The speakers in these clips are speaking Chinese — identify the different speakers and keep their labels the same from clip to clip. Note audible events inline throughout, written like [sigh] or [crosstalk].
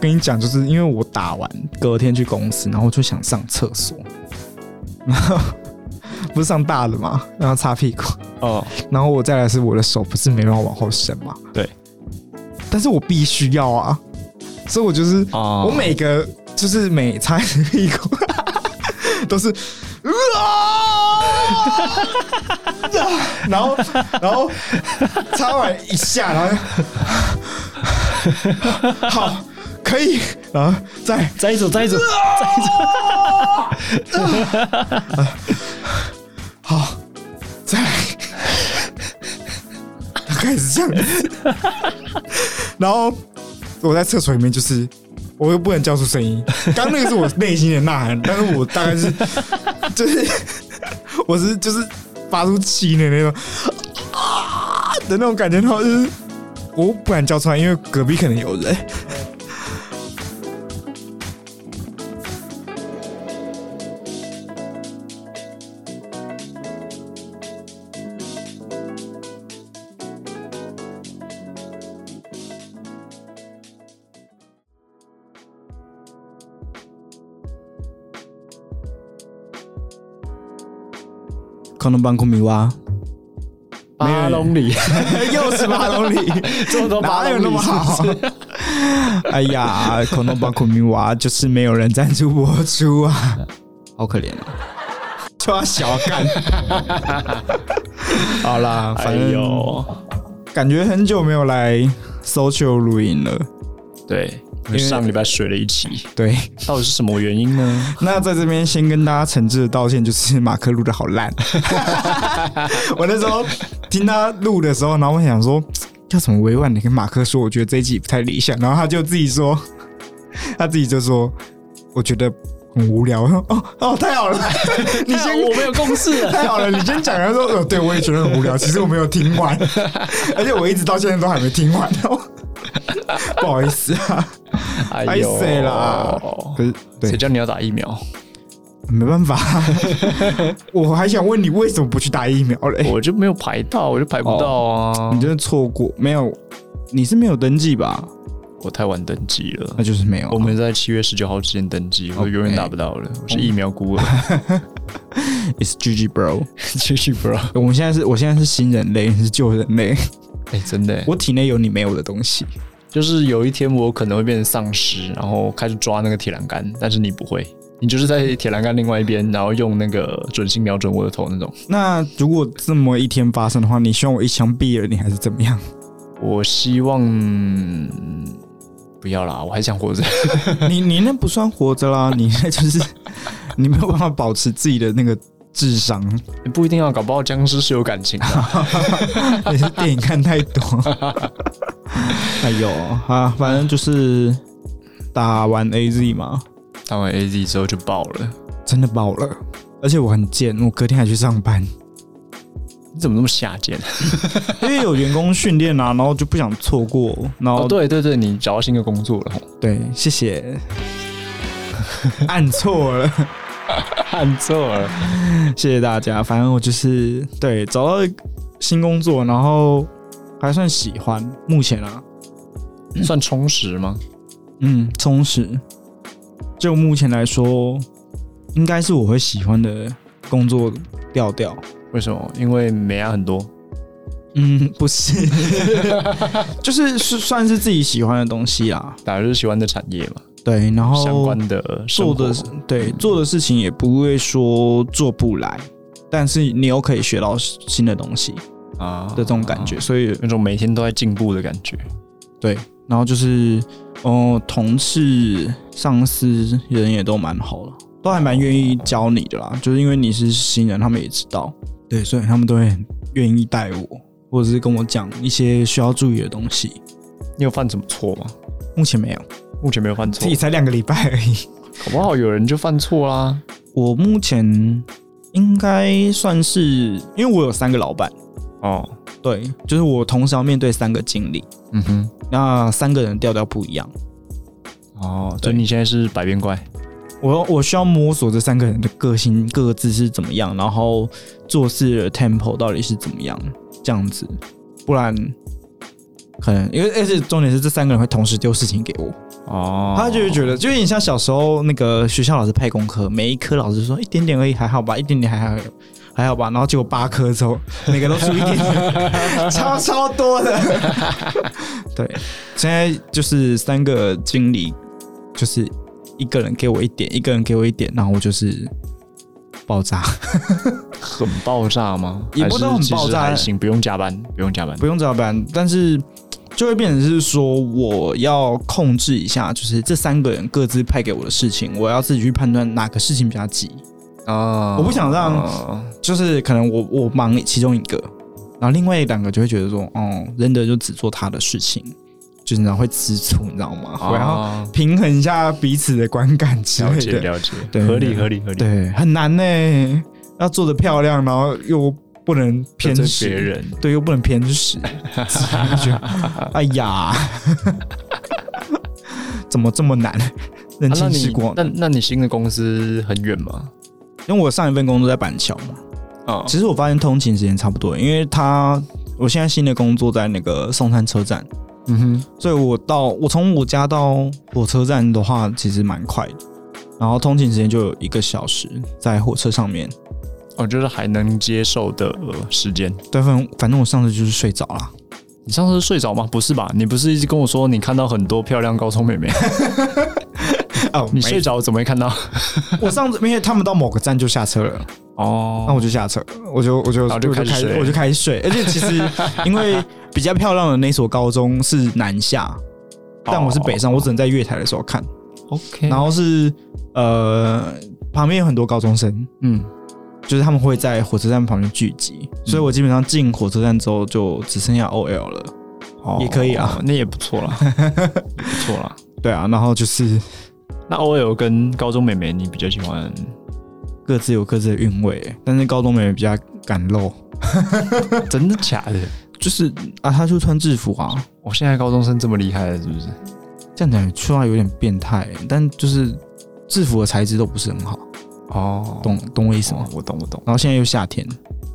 Speaker 1: 跟你讲，就是因为我打完隔天去公司，然后就想上厕所， [laughs] 然后不是上大的嘛，然后擦屁股，
Speaker 2: 哦，
Speaker 1: 然后我再来是我的手不是没办法往后伸嘛，
Speaker 2: 对，
Speaker 1: 但是我必须要啊，所以我就是、
Speaker 2: 哦
Speaker 1: 我每个就是每擦一次屁股 [laughs] 都是啊，然后然后擦完一下，然后 [laughs] 好可以，然后再
Speaker 2: 摘走 [laughs] 摘走，
Speaker 1: 好，再来， [laughs] 大概是这样子。 [laughs] 然后我在厕所里面，就是我又不能叫出声音，刚刚那个是我内心的呐喊，但是我大概是就是我是就是发出气的那种啊的那种感觉，然后就是我不敢叫出来，因为隔壁可能有人。可能帮库米蛙，
Speaker 2: 八龙里，
Speaker 1: [laughs] 又是八公里。
Speaker 2: 这么多八
Speaker 1: 哪有
Speaker 2: 龙
Speaker 1: 那
Speaker 2: 里
Speaker 1: 么好
Speaker 2: 是不是？？
Speaker 1: [laughs] 哎呀，可能把苦明娃就是没有人赞助播出啊， [laughs] 好可怜啊！就要小 [laughs] 干。好啦，
Speaker 2: 哎
Speaker 1: 反正
Speaker 2: 呦，
Speaker 1: 感觉很久没有来 social 录音了。
Speaker 2: 对，
Speaker 1: 为
Speaker 2: 因为上礼拜水了一期，
Speaker 1: 对，
Speaker 2: 到底是什么原因 [laughs] 呢？
Speaker 1: 那在这边先跟大家诚挚的道歉，就是马克录的好烂。我那时候听他录的时候，然后我想说要怎么委婉的跟马克说，我觉得这一集不太理想，然后他就自己说，他自己就说，我觉得很无聊。我说哦哦，太好了，你先。
Speaker 2: 我没有共识了。
Speaker 1: 太好了，你先讲。他说：“呃，对我也觉得很无聊，其实我没有听完，而且我一直到现在都还没听完。 [laughs] 然后”不好意思啊，
Speaker 2: [laughs] 哎
Speaker 1: 哎
Speaker 2: 呦，
Speaker 1: 谁啦？可是对
Speaker 2: 谁，叫你要打疫苗？
Speaker 1: 没办
Speaker 2: [laughs]
Speaker 1: 法，我还想问你为什么不去打疫苗嘞？
Speaker 2: 我就没有排到，我就排不到啊
Speaker 1: 你！真的错过没有？你是没有登记吧？
Speaker 2: 我太晚登记了
Speaker 1: 那。就是没有啊。
Speaker 2: 我们在七月十九号之前登记，我永远打不到了。我是疫苗孤儿，
Speaker 1: is GG bro，
Speaker 2: [laughs] 继续 bro。
Speaker 1: 我们现在是我现在是新人类，你是旧人
Speaker 2: [laughs]
Speaker 1: 类，
Speaker 2: 哎，真的欸，
Speaker 1: 我体内有你没有的东西。
Speaker 2: 就是有一天我可能会变成丧尸，然后开始抓那个铁栏杆，但是你不会，你就是在铁栏杆另外一边，然后用那个准心瞄准我的头那种。
Speaker 1: 那如果这么一天发生的话，你希望我一枪毙了你，还是怎
Speaker 2: [laughs]
Speaker 1: 么样？
Speaker 2: 我希望、嗯不要啦，我还想活着。
Speaker 1: 你你那不算活着啦，你那就是 [laughs] 你没有办法保持自己的那个智商，
Speaker 2: 不一定啊要搞不好僵尸是有感情的啊。
Speaker 1: 也是电影看太多。 [laughs] 哎呦啊，反正就是打完 AZ 嘛，
Speaker 2: 打完 AZ 之后就爆了，
Speaker 1: 真的爆了，而且我很贱，我隔天还去上 [laughs] 班，
Speaker 2: 你怎么那么下贱？
Speaker 1: 因为有员工训练啊，然后就不想错过，然后、
Speaker 2: 哦，对对对，你找到新的工作了，
Speaker 1: 对，谢 [laughs] 谢。按错 [laughs] 了，
Speaker 2: 看错了。
Speaker 1: 谢谢大家。反正我就是对找到新工作，然后还算喜欢。目前啊，
Speaker 2: 算充实吗？
Speaker 1: 嗯，充实。就目前来说，应该是我会喜欢的工作调调。
Speaker 2: 为什么？因为美亚很多
Speaker 1: 嗯，不是， [laughs] 就是是算是自己喜欢的东西啦。
Speaker 2: 打就是喜欢的产业嘛，
Speaker 1: 对，然后
Speaker 2: 相关的生
Speaker 1: 哦做
Speaker 2: 活
Speaker 1: 的对做的事情也不会说做不来，但是你又可以学到新的东西的
Speaker 2: 啊
Speaker 1: 这种感觉，，所以
Speaker 2: 那种每天都在进步的感觉。
Speaker 1: 对，然后就是哦、呃同事、上司人也都蛮好的，都还蛮愿意教你的啦，就是因为你是新人，他们也知道，对，所以他们都会很愿意带我，或者是跟我讲一些需要注意的东西。
Speaker 2: 你有犯什么错吗？
Speaker 1: 目前没有，
Speaker 2: 目前没有犯
Speaker 1: 自
Speaker 2: 错
Speaker 1: 己，才两个礼拜而已。
Speaker 2: 搞不好有人就犯错啦。
Speaker 1: 我目前应该算是，因为我有三个老板，
Speaker 2: 哦，
Speaker 1: 对，就是我同时要面对三个经理，
Speaker 2: 嗯哼，
Speaker 1: 那三个人调调不一样，
Speaker 2: 哦，
Speaker 1: 对
Speaker 2: 所以你现在是百变怪，
Speaker 1: 我我需要摸索这三个人的个性各自是怎么样，然后做事的 tempo 到底是怎么样，这样子，不然可能因为而且重点是这三个人会同时丢事情给我，
Speaker 2: 哦，
Speaker 1: 他就是觉得，就有点像小时候那个学校老师派功课，每一科老师说一点点而已，还好吧，一点点还好，还好吧。然后结果八科之后，每个都输一点点， [laughs] 超超多 [laughs] 的。对，现在就是三个经理，就是一个人给我一点，一个人给我一点，然后我就是爆炸，
Speaker 2: 很爆炸吗？
Speaker 1: 也不
Speaker 2: 还是
Speaker 1: 到很爆炸
Speaker 2: 其实还行，不用加班，不用加班。
Speaker 1: [laughs] 不用早班，但是。就会变成是说，我要控制一下，就是这三个人各自派给我的事情，我要自己去判断哪个事情比较急，
Speaker 2: 啊
Speaker 1: 我不想让
Speaker 2: 哦
Speaker 1: 就是可能我我忙其中一个，然后另外两个就会觉得说，哦，仁德就只做他的事情，就是你知道会吃醋，你知道吗？我要
Speaker 2: 啊
Speaker 1: 平衡一下彼此的观感之
Speaker 2: 了解
Speaker 1: 类的，
Speaker 2: 了解，
Speaker 1: 对
Speaker 2: 合理合理合理，
Speaker 1: 对，很难呢、要做的漂亮，然后又不能偏
Speaker 2: 得罪
Speaker 1: 食，
Speaker 2: 别人，
Speaker 1: 对，又不能偏
Speaker 2: [laughs]
Speaker 1: 食，就觉得哎呀， [laughs] 怎么这么难？人
Speaker 2: 啊那
Speaker 1: 情世
Speaker 2: 你
Speaker 1: 故，
Speaker 2: 那那你新的公司很远吗？
Speaker 1: 因为我上一份工作在板桥嘛，
Speaker 2: 啊，
Speaker 1: 其实我发现通勤时间差不多，因为他我现在新的工作在那个松山车站，
Speaker 2: 嗯哼，
Speaker 1: 所以我到我从我家到火车站的话，其实蛮快的。然后通勤时间就有一个小时在火车上面。
Speaker 2: 我觉得哦还能接受的呃时间。
Speaker 1: 对，反正反正我上次就是睡着了，
Speaker 2: 你上次睡着吗？不是吧？你不是一直跟我说你看到很多漂亮高中妹妹？
Speaker 1: 哦，
Speaker 2: 你睡着怎么会看到？
Speaker 1: 没？ [laughs] 我上次因为他们到某个站就下车了，
Speaker 2: 哦，
Speaker 1: 那我就下车，我就我就
Speaker 2: 然后就
Speaker 1: 我就
Speaker 2: 开始睡
Speaker 1: 我就开始睡。而且其实因为比较漂亮的那所高中是南下，但我是北
Speaker 2: 哦
Speaker 1: 上，我只能在月台的时候看。
Speaker 2: OK，
Speaker 1: 然后是呃，旁边有很多高中生，
Speaker 2: 嗯，
Speaker 1: 就是他们会在火车站旁边聚集，所以我基本上进火车站之后就只剩下 OL 了。
Speaker 2: 哦
Speaker 1: 也可以啊，
Speaker 2: 那也不错 [laughs] 啦，也不错啦。
Speaker 1: 对啊，然后就是
Speaker 2: 那 OL 跟高中妹妹，你比较喜欢？
Speaker 1: 各自有各自的韵味，但是高中美人比较敢露，
Speaker 2: 真的假的？
Speaker 1: 就是啊，他就穿制服啊，
Speaker 2: 我现在高中生这么厉害了，是不是？
Speaker 1: 这样讲说话有点变态，但就是制服的材质都不是很好，
Speaker 2: 哦，
Speaker 1: 懂懂我意思吗
Speaker 2: 哦？我懂，我懂。
Speaker 1: 然后现在又夏天，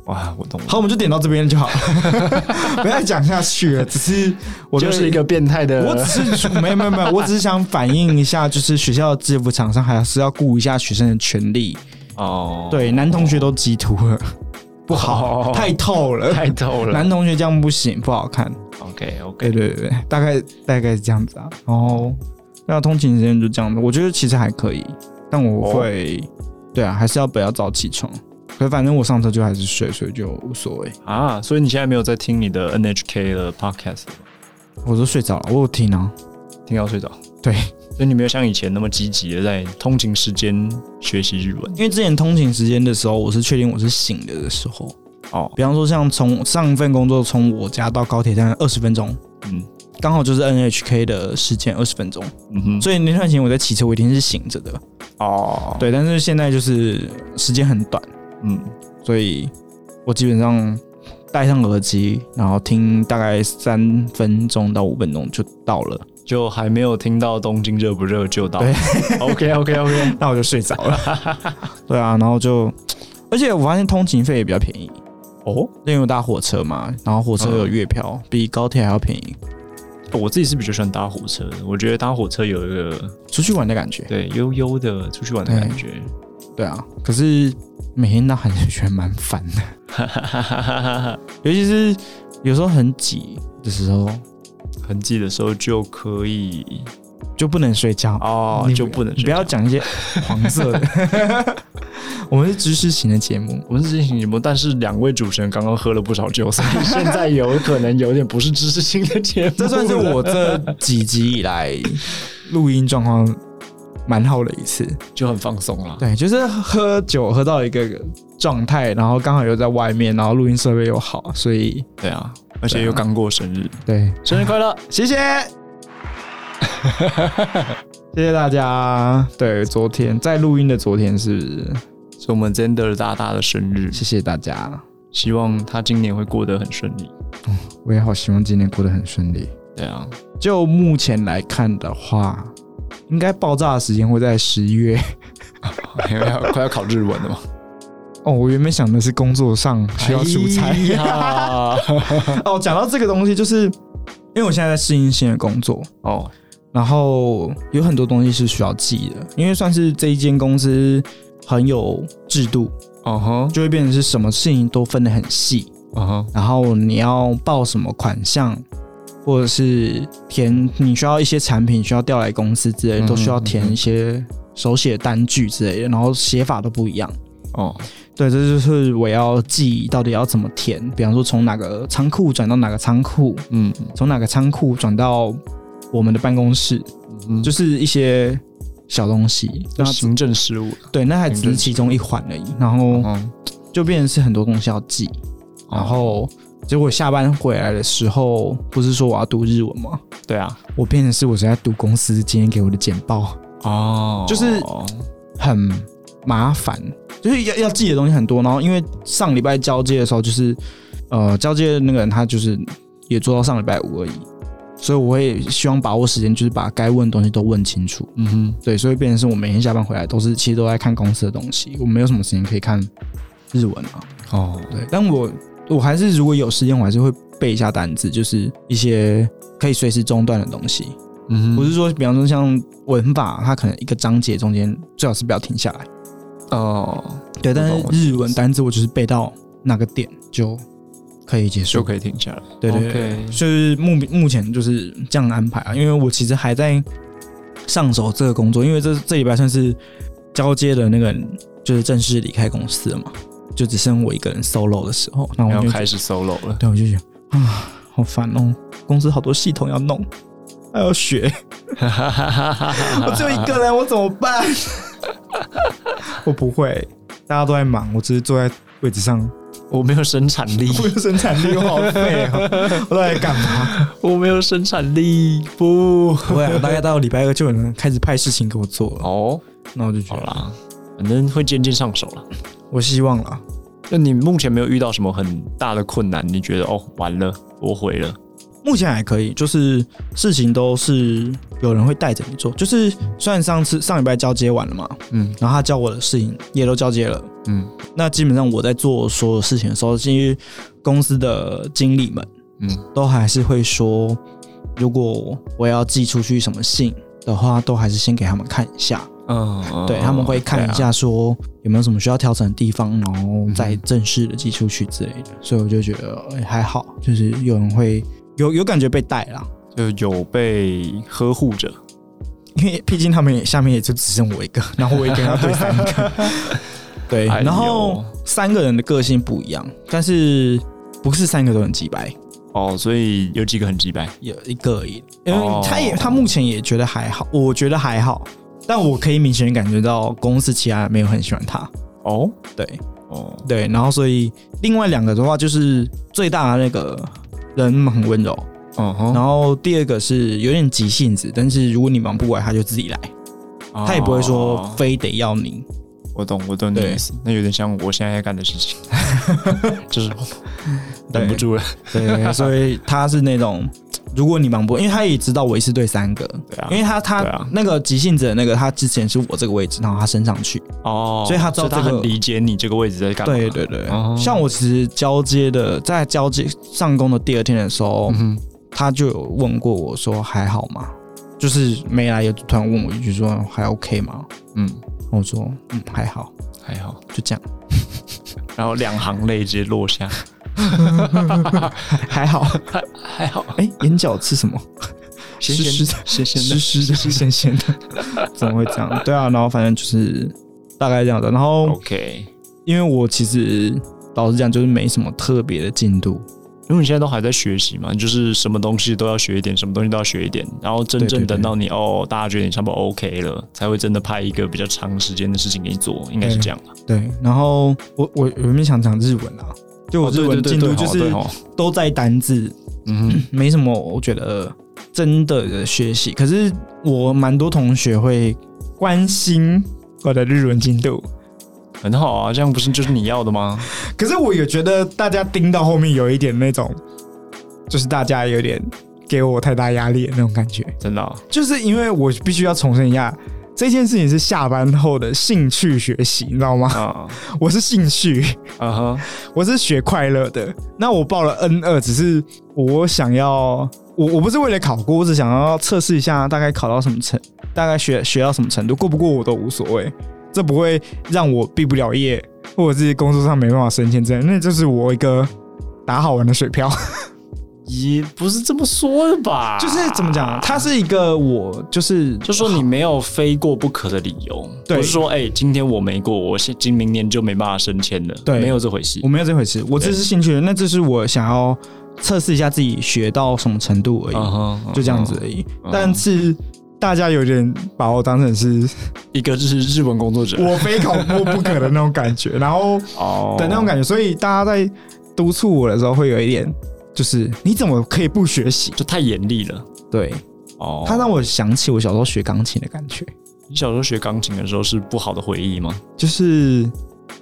Speaker 2: 哇，我懂。
Speaker 1: 好，我们就点到这边就
Speaker 2: [laughs]
Speaker 1: 好了，不要讲下去了。只是我
Speaker 2: 我
Speaker 1: 对
Speaker 2: 就是一个变态的，
Speaker 1: 我只是 [laughs] 没有没有没有，我只是想反映一下，就是学校的制服厂商还是要顾一下学生的权利。
Speaker 2: 哦，
Speaker 1: 对，男同学都极图了，不好，
Speaker 2: 哦
Speaker 1: 太透了。
Speaker 2: [laughs] 太逗了。
Speaker 1: 男同学这样不行，不好看。
Speaker 2: OK OK，
Speaker 1: 对对对对，大概大概是这样子啊。然后，对啊，通勤时间就这样子，我觉得其实还可以，但我会，
Speaker 2: 哦
Speaker 1: 对啊，还是要比较早起床。可反正我上车就还是睡，所以就无所谓。
Speaker 2: 啊，所以你现在没有在听你的 NHK 的 podcast，
Speaker 1: 我都睡着了，我有听啊。
Speaker 2: 听到睡着。
Speaker 1: 对，
Speaker 2: 所以你没有像以前那么积极的在通勤时间学习日文
Speaker 1: 因为之前通勤时间的时候，我是确定我是醒的的时候，
Speaker 2: 哦，
Speaker 1: 比方说像从上一份工作从我家到高铁站二十分钟，
Speaker 2: 嗯
Speaker 1: 刚好就是 NHK 的时间二十分钟，
Speaker 2: 嗯哼，
Speaker 1: 所以那段时间我在骑车，我一定是醒着的。
Speaker 2: 哦，
Speaker 1: 对，但是现在就是时间很短，
Speaker 2: 嗯，
Speaker 1: 所以我基本上戴上耳机，然后听大概三分钟到五分钟就到了， [laughs]
Speaker 2: 就还没有听到东京热不热就到 [laughs]
Speaker 1: 对
Speaker 2: ，OK OK OK，
Speaker 1: 那我就睡着了。 [laughs] 对啊，然后就，而且我发现通勤费也比较便宜。
Speaker 2: 哦，
Speaker 1: 因为我搭火车嘛，然后火车有月票，比高铁还要便宜，
Speaker 2: 我自己是比较喜欢搭火车的，我觉得搭火车有一个
Speaker 1: 出去玩的感觉。
Speaker 2: 对悠悠的出去玩的感觉，
Speaker 1: 对啊，可是每天搭还是觉得蛮烦的， [laughs] 尤其是有时候很挤的时候
Speaker 2: [laughs] 痕迹的时候就可以
Speaker 1: 就不能睡觉，
Speaker 2: 哦
Speaker 1: 你，
Speaker 2: 就不能
Speaker 1: 你
Speaker 2: 睡
Speaker 1: 不要
Speaker 2: 觉
Speaker 1: 讲一些黄色的。 [laughs] 我们是知识型的节目，
Speaker 2: 我们是进行节目，但是两位主持人刚刚喝了不少酒，所以现在有可能有点不是知识性的节目。
Speaker 1: [laughs] 这算是我这几集以来录音状况蛮好的一次。
Speaker 2: 就很放松了。
Speaker 1: 对，就是喝酒喝到一个状态，然后刚好又在外面，然后录音设备又好，所以
Speaker 2: 对啊，而且又刚过生日，
Speaker 1: 对，
Speaker 2: 生日快乐！
Speaker 1: 谢谢，谢谢大家。对，昨天在录音的昨天是不是？
Speaker 2: 是我们 Zander 大大的生日，
Speaker 1: 谢谢大家，
Speaker 2: 希望他今年会过得很顺利。
Speaker 1: 我也好希望今年过得很顺利。
Speaker 2: 对啊，
Speaker 1: 就目前来看的话，应该爆炸的时间会在十一月。 [laughs]
Speaker 2: 因为要快要考日文了嘛，
Speaker 1: 哦，我原本想的是工作上需要出差。
Speaker 2: 哎呀
Speaker 1: 哎哦，讲到这个东西，就是因为我现在在适应新的工作，
Speaker 2: 哦，
Speaker 1: 然后有很多东西是需要记的，因为算是这一间公司很有制度，
Speaker 2: 嗯哼，
Speaker 1: 就会变成是什么事情都分得很细，
Speaker 2: 嗯哼，
Speaker 1: 然后你要报什么款项，或者是填你需要一些产品需要调来公司之类的，
Speaker 2: 嗯
Speaker 1: 都需要填一些手写单据之类的，然后写法都不一样。
Speaker 2: 哦，
Speaker 1: 对，这就是我要记到底要怎么填，比方说从哪个仓库转到哪个仓库，
Speaker 2: 嗯，
Speaker 1: 从哪个仓库转到我们的办公室，
Speaker 2: 嗯
Speaker 1: 就是一些小东西。那
Speaker 2: 就行政事务，
Speaker 1: 对，那还只是其中一环而已。然后
Speaker 2: 嗯，
Speaker 1: 就变成是很多东西要记，然后结果下班回来的时候，不是说我要读日文吗？
Speaker 2: 对啊，
Speaker 1: 我变成是我是在读公司今天给我的简报，
Speaker 2: 哦，
Speaker 1: 就是很麻烦，就是要要记的东西很多。然后因为上礼拜交接的时候，就是呃交接的那个人他就是也做到上礼拜五而已，所以我会希望把握时间，就是把该问的东西都问清楚。
Speaker 2: 嗯哼，
Speaker 1: 对，所以变成是我每天下班回来都是其实都在看公司的东西，我没有什么时间可以看日文啊。
Speaker 2: 哦，
Speaker 1: 对，但我我还是如果有时间，我还是会背一下单字，就是一些可以随时中断的东西。
Speaker 2: 嗯
Speaker 1: 我
Speaker 2: 哼，
Speaker 1: 是说，比方说像文法，它可能一个章节中间最好是不要停下来。
Speaker 2: 哦，
Speaker 1: 对，但
Speaker 2: 我懂我
Speaker 1: 是日文单字我就是背到哪个点就可以结束
Speaker 2: 就。可以停下来，
Speaker 1: 对对对
Speaker 2: OK
Speaker 1: 就是目目前就是这样安排啊，因为我其实还在上手这个工作，因为这这礼拜算是交接的那个人就是正式离开公司了嘛，就只剩我一个人 solo 的时候，那我
Speaker 2: 要
Speaker 1: 就
Speaker 2: 开始 solo 了，
Speaker 1: 对我就觉得啊，好烦哦，公司好多系统要弄，还要学，
Speaker 2: 哈哈哈哈
Speaker 1: 我只有一个人，我怎么办？ [laughs]
Speaker 3: 我不会，大家都在忙，我只是坐在位置
Speaker 1: [laughs]
Speaker 3: 上，
Speaker 2: 我没有生产力，
Speaker 3: 我有生产力，我好废
Speaker 1: [laughs]
Speaker 3: 哦，我到底在干嘛？
Speaker 2: 我没有生产力，不，
Speaker 1: 不会、啊，大概到礼拜二就有人开始派事情给我做了，
Speaker 2: 哦，
Speaker 1: 那我就觉
Speaker 2: 好
Speaker 1: 得，
Speaker 2: 啦，反正会渐渐上手了。
Speaker 1: 我希望了。
Speaker 2: 那你目前没有遇到什么很大的困难？你觉得哦，完了，我毁了，
Speaker 1: 目前还可以，就是事情都是有人会带着你做。就是虽然上次上礼拜交接完了嘛，
Speaker 2: 嗯
Speaker 1: 然后他教我的事情也都交接了，
Speaker 2: 嗯
Speaker 1: 那基本上我在做所有事情的时候，因为公司的经理们
Speaker 2: 嗯，
Speaker 1: 都还是会说，如果我要寄出去什么信的话，都还是先给他们看一下，
Speaker 2: 嗯，
Speaker 1: 对他们会看一下说有没有什么需要调整的地方，然后再正式的寄出去之类的。所以我就觉得、哎还好，就是有人会有有感觉被带啦。
Speaker 2: 对啊，就有被呵护着，
Speaker 1: 因为毕竟他们也下面也就只剩我一个，然后我一个人要对三
Speaker 2: [laughs]
Speaker 1: 个，对，
Speaker 2: 哎呦
Speaker 1: 然后三个人的个性不一样，但是不是三个都很鸡掰，
Speaker 2: 哦，所以有几个很鸡掰，
Speaker 1: 有一个而已，因
Speaker 2: 哦
Speaker 1: 为他也他目前也觉得还好，我觉得还好，但我可以明显感觉到公司其他人没有很喜欢他，
Speaker 2: 哦
Speaker 1: 对
Speaker 2: 哦，
Speaker 1: 对，然后所以另外两个的话就是最大的那个人很温柔，
Speaker 2: 嗯哼，
Speaker 1: 然后第二个是有点急性子，但是如果你忙不过来，他就自己来，他也不会说
Speaker 2: 哦
Speaker 1: 非得要你。
Speaker 2: 我懂，我懂你的意思，那有点像我现在在干的事
Speaker 1: [laughs]
Speaker 2: 情，就是
Speaker 1: 对
Speaker 2: 忍不住了，
Speaker 1: 对， [laughs] 所以他是那种，如果你忙不，因为他也知道我一次对三个，
Speaker 2: 对啊
Speaker 1: 因，为他他、
Speaker 2: 对啊
Speaker 1: 那个急性子的那个，他之前是我这个位置，然后他升上去，
Speaker 2: 哦，
Speaker 1: 所以他知道
Speaker 2: 他
Speaker 1: 这个
Speaker 2: 很理解你这个位置在干嘛，
Speaker 1: 对对对，
Speaker 2: 哦
Speaker 1: 像我其实交接的，在交接上工的第二天的时候，
Speaker 2: 嗯哼，
Speaker 1: 他就有问过我说还好吗？就是没来由突然问我一句说还 OK 吗？
Speaker 2: 嗯，
Speaker 1: 我说嗯还好，
Speaker 2: 还好，
Speaker 1: 就这样， [laughs]
Speaker 2: 然后两行泪直接落下，
Speaker 1: 还
Speaker 2: [laughs]
Speaker 1: 好。
Speaker 2: 还还好，
Speaker 1: 哎、眼角吃什么？
Speaker 2: 咸
Speaker 1: 湿
Speaker 2: 咸
Speaker 1: 湿
Speaker 2: 的，咸咸
Speaker 1: 湿
Speaker 2: 的
Speaker 1: 湿的，咸咸的， [laughs] 怎么会这样？对啊，然后反正就是大概这样的。然后
Speaker 2: ，OK。
Speaker 1: 因为我其实老实讲，就是没什么特别的进度，
Speaker 2: 因为你现在都还在学习嘛，就是什么东西都要学一点，什么东西都要学一点，然后真
Speaker 1: 对
Speaker 2: 正
Speaker 1: 对对
Speaker 2: 等到你哦，大家觉得你差不多 OK 了，才会真的派一个比较长时间的事情给你做，应该是这样吧？
Speaker 1: 对。然后我我原本想讲日文啊，就我
Speaker 2: 哦对
Speaker 1: 日文
Speaker 2: 对
Speaker 1: 进
Speaker 2: 对
Speaker 1: 度就
Speaker 2: 对哦对
Speaker 1: 是
Speaker 2: 哦
Speaker 1: 都在单字，
Speaker 2: 嗯哼，
Speaker 1: 没什么我觉得真的的学习。可是我蛮多同学会关心我的日文进度，
Speaker 2: 很好啊，这样不是就是你要的吗？
Speaker 3: 可是我也觉得大家盯到后面有一点那种，就是大家有点给我太大压力的那种感觉，
Speaker 2: 真的、啊，
Speaker 3: 就是因为我必须要重申一下。这件事情是下班后的兴趣学习，你知道吗？
Speaker 2: [laughs] 啊
Speaker 3: 我是兴趣，
Speaker 2: 啊哈，
Speaker 3: 我是学快乐的。那我报了 N 二，只是我想要
Speaker 1: 我我不是为了考过，我只想要测试一下大概考到什么程，大概学学到什么程度，过不过我都无所谓，这不会让我毕不了业，或者是工作上没办法升迁之类的，那就是我一个打好玩的水漂。
Speaker 2: 也不是这么说的吧？
Speaker 1: 就是怎么
Speaker 2: 啊
Speaker 1: 讲，啊它是一个我就是
Speaker 2: 就说你没有非过不可的理由，
Speaker 1: 对
Speaker 2: 不是说哎、今天我没过，我现今明年就没办法升迁了，
Speaker 1: 对
Speaker 2: 没有这回事
Speaker 1: 我。没有这回事，我只是兴趣，那这是我想要测试一下自己学到什么程度而已，
Speaker 2: 嗯哼
Speaker 1: 就这样子
Speaker 2: 嗯
Speaker 1: 而已。
Speaker 2: 嗯
Speaker 1: 但是大家有点把我当成是
Speaker 2: 一个就是日本工作者，
Speaker 1: 我非考过不可的那种感觉，然后
Speaker 2: 哦
Speaker 1: 的那种感觉，所以大家在督促我的时候会有一点，就是你怎么可以不学习？
Speaker 2: 就太严厉了。
Speaker 1: 对，
Speaker 2: 哦，
Speaker 1: 它让我想起我小时候学钢琴的感觉，
Speaker 2: 你小时候学钢琴的时候是不好的回忆吗？
Speaker 1: 就是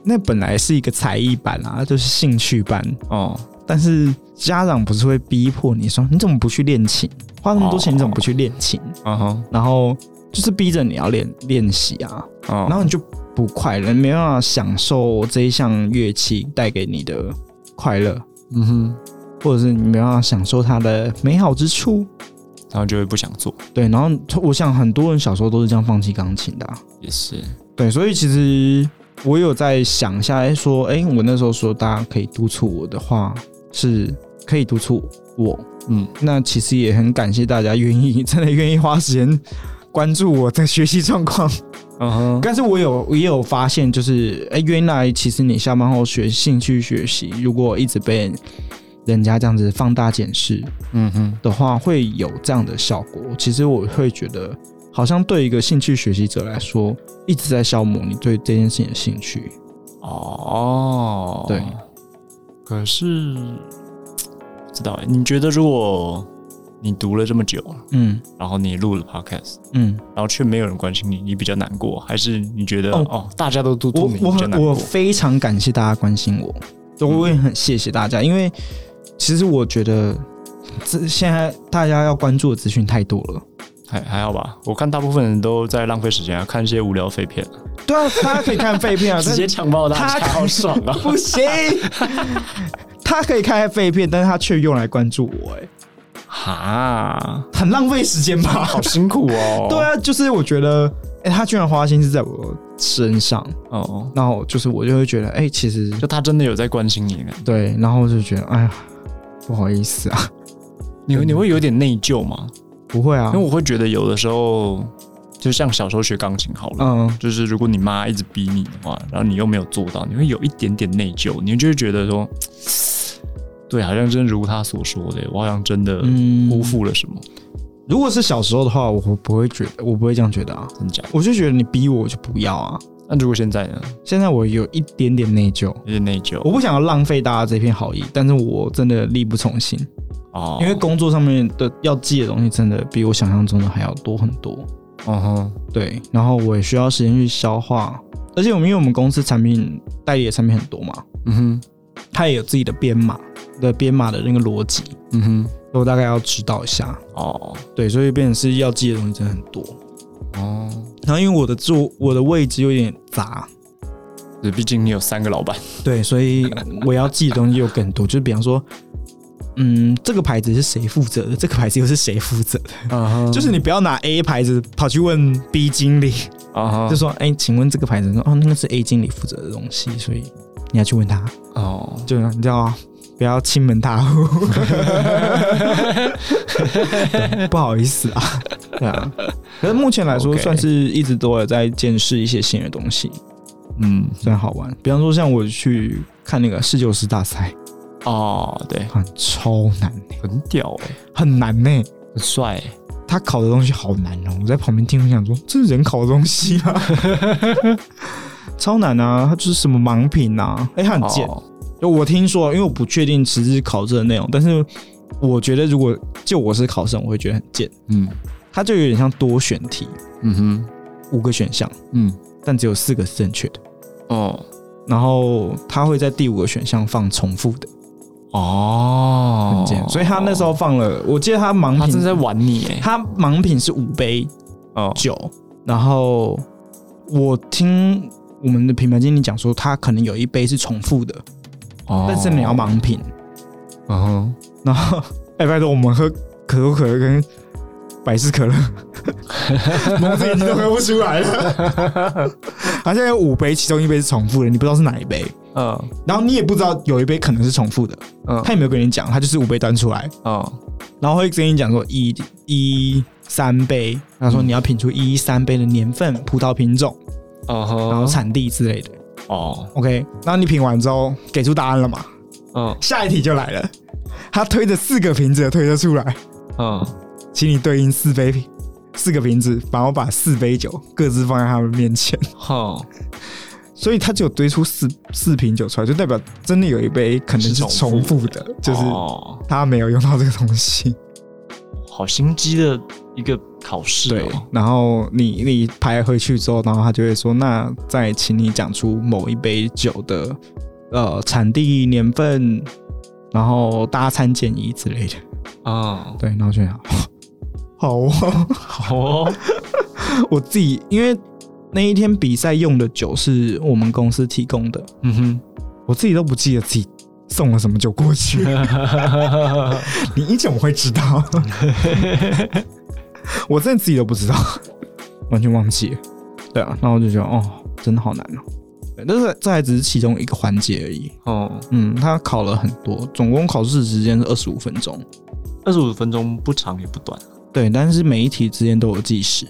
Speaker 1: 那本来是一个才艺班啊，就是兴趣班，
Speaker 2: 哦，
Speaker 1: 但是家长不是会逼迫你说你怎么不去练琴？花那么多钱你怎么不去练琴？
Speaker 2: 啊哈，
Speaker 1: 然后就是逼着你要练练习啊，
Speaker 2: 哦
Speaker 1: 然后你就不快乐，没办法享受这一项乐器带给你的快乐，
Speaker 2: 嗯哼，
Speaker 1: 或者是你没办法享受它的美好之处。
Speaker 2: 然后就会不想做，
Speaker 1: 对，然后我想很多人小时候都是这样放弃钢琴的啊、
Speaker 2: 也是，
Speaker 1: 对，所以其实我有在想一下，哎，说，哎，我那时候说大家可以督促我的话，是可以督促我。
Speaker 2: 嗯，
Speaker 1: 那其实也很感谢大家愿意，真的愿意花时间关注我的学习状况。
Speaker 2: 嗯哼，
Speaker 1: 但是我有也有发现，就是哎、诶原来其实你下班后学兴趣学习，如果一直被人家这样子放大检视
Speaker 2: 嗯哼，
Speaker 1: 的话，会有这样的效果。其实我会觉得，好像对一个兴趣学习者来说，一直在消磨你对这件事情的兴趣。
Speaker 2: 哦，
Speaker 1: 对，
Speaker 2: 可是不知道欸，你觉得如果你读了这么久，
Speaker 1: 嗯
Speaker 2: 然后你录了 podcast，
Speaker 1: 嗯，
Speaker 2: 然后却没有人关心你，你比较难过，还是你觉得
Speaker 1: 哦
Speaker 2: 哦大家都督
Speaker 1: 我
Speaker 2: 促你，
Speaker 1: 我
Speaker 2: 你比较难
Speaker 1: 很我
Speaker 2: 过？
Speaker 1: 非常感谢大家关心我，就我也很谢谢大家，因为其实我觉得这现在大家要关注的资讯太多了。
Speaker 2: 还还好吧，我看大部分人都在浪费时间啊，看一些无聊废片，
Speaker 1: 对啊，大家可以看废 [laughs] 片啊，但
Speaker 2: 直接强暴大家，
Speaker 1: 他
Speaker 2: 好爽
Speaker 1: [laughs]
Speaker 2: 啊！
Speaker 1: 不行，他可以开废片，但是他却用来关注我、哎，
Speaker 2: 哈，
Speaker 1: 很浪费时间吧？
Speaker 2: 好辛苦
Speaker 1: 啊
Speaker 2: 哦。
Speaker 1: [laughs] 对，啊，就是我觉得，哎、他居然花心思在我身上，
Speaker 2: 哦，
Speaker 1: 然后就是我就会觉得，哎、其实
Speaker 2: 就他真的有在关心你呢，
Speaker 1: 对，然后就觉得，哎呀，不好意思啊，
Speaker 2: 你会你会有点内疚吗？
Speaker 1: 不会啊
Speaker 2: [laughs] 因为，我会觉得有的时候，就像小时候学钢琴好了。
Speaker 1: 嗯，
Speaker 2: 就是如果你妈一直逼你的话，然后你又没有做到，你会有一点点内疚，你就会觉得说，对，好像真如她所说的，我好像真的
Speaker 1: 嗯
Speaker 2: 呃辜负了什么，
Speaker 1: 如果是小时候的话，我不会觉得，我不会这样觉得啊，
Speaker 2: 真假？
Speaker 1: 我就觉得你逼我，我就不要啊。
Speaker 2: 那如果现在呢？
Speaker 1: 现在我有一点点内疚，
Speaker 2: 有点内疚
Speaker 1: 我不想要浪费大家这片好意，但是我真的力不从心。
Speaker 2: 哦，
Speaker 1: 因为工作上面的要记的东西真的比我想象中的还要多很多。
Speaker 2: 嗯哼，
Speaker 1: 对，然后我也需要时间去消化，而且我们因为我们公司产品代理的产品很多嘛，
Speaker 2: 嗯哼，
Speaker 1: 它也有自己的编码的编码的那个逻辑，
Speaker 2: 嗯哼，
Speaker 1: 我大概要知道一下。
Speaker 2: 哦
Speaker 1: 对，所以变成是要记的东西真的很多。
Speaker 2: 哦，
Speaker 1: 然后因为我的座我的位置有点杂，
Speaker 2: 对，毕竟你有三个老板，
Speaker 1: 对，所以我要记的东西又更多。就是比方说，嗯，这个牌子是谁负责的？这个牌子又是谁负责的？
Speaker 2: 嗯
Speaker 1: 就是你不要拿 A 牌子跑去问 B 经理，
Speaker 2: 啊
Speaker 1: 就说：“哎、请问这个牌子说哦，那个是 A 经理负责的东西，所以你要去问他。
Speaker 2: 哦，
Speaker 1: 就你知道吗不要亲门踏户，对不好意思啊，对啊。可是目前来说，
Speaker 2: OK
Speaker 1: 算是一直都有在见识一些新的东西，
Speaker 2: 嗯，
Speaker 1: 真好玩。比方说，像我去看那个侍酒师大赛，
Speaker 2: 哦，对，
Speaker 1: 看超难呢、
Speaker 2: 很屌哎、
Speaker 1: 很难呢、
Speaker 2: 很帅欸、
Speaker 1: 他考的东西好难哦！我在旁边听，我想说，这是人考的东西
Speaker 2: [laughs]
Speaker 1: 吗？超难啊！它就是什么盲品啊？哎、它很贱。
Speaker 2: 哦
Speaker 1: 就我听说，因为我不确定实质考证的内容，但是我觉得如果就我是考生，我会觉得很贱。
Speaker 2: 嗯
Speaker 1: 它就有点像多选题，
Speaker 2: 嗯哼，
Speaker 1: 五个选项，
Speaker 2: 嗯，
Speaker 1: 但只有四个是正确的。
Speaker 2: 哦
Speaker 1: 然后他会在第五个选项放重复的，
Speaker 2: 哦，
Speaker 1: 很贱。所以他那时候放了，我记得他盲
Speaker 2: 他
Speaker 1: 品
Speaker 2: 正在玩你哎、
Speaker 1: 他盲品是五杯
Speaker 2: 哦
Speaker 1: 酒，然后我听我们的品牌经理讲说，他可能有一杯是重复的，
Speaker 2: 哦
Speaker 1: 但是你要，盲品。
Speaker 2: 嗯哼，
Speaker 1: 然后，哎、拜托，我们喝可口可乐跟百事 [laughs] 可乐，蒙着眼睛都喝不出来了。好像有五杯，其中一杯是重复的，你不知道是哪一杯，
Speaker 2: 嗯
Speaker 1: 然后你也不知道有一杯可能是重复的，
Speaker 2: 嗯
Speaker 1: 他也没有跟你讲，他就是五杯端出来，
Speaker 2: 嗯
Speaker 1: 然后会跟你讲说一一三杯，然后说你要品出一三杯的年份、葡萄品种，
Speaker 2: 嗯
Speaker 1: 然后
Speaker 2: 哼，
Speaker 1: 产地之类的。
Speaker 2: 哦，
Speaker 1: OK，然后你品完之后给出答案了嘛？
Speaker 2: 嗯
Speaker 1: 下一题就来了，他推着四个瓶子的推车出来，
Speaker 2: 嗯，
Speaker 1: 请你对应四杯瓶四个瓶子，然后把四杯酒各自放在他们面前。 [laughs]
Speaker 2: 好，
Speaker 1: 所以他只有堆出四四瓶酒出来，就代表真的有一杯可能是
Speaker 2: 是
Speaker 1: 重
Speaker 2: 重
Speaker 1: 复的，就是
Speaker 2: 哦
Speaker 1: 他没有用到这个东西。
Speaker 2: 好心机的一个考试
Speaker 1: 对
Speaker 2: 哦，，
Speaker 1: 然后你你排回去之后，然后他就会说，那再请你讲出某一杯酒的呃产地、年份，然后大餐建议之类的。
Speaker 2: 嗯，
Speaker 1: 对，然后就想， [laughs] 好哦， [laughs]
Speaker 2: 好哦，
Speaker 1: 我自己因为那一天比赛用的酒是我们公司提供的，
Speaker 2: 嗯 [laughs] 哼。
Speaker 1: 我自己都不记得自己送了什么酒过去。你一怎么会知道？ [laughs] 我真的自己都不知道，完全忘记了。对啊，那我就觉得哦，真的好难哦。对但是这还只是其中一个环节而已。
Speaker 2: 哦，
Speaker 1: 嗯，他考了很多，总共考试时间是二十五分钟。
Speaker 2: 二十五分钟不长也不短，
Speaker 1: 对，但是每一题之间都有计时。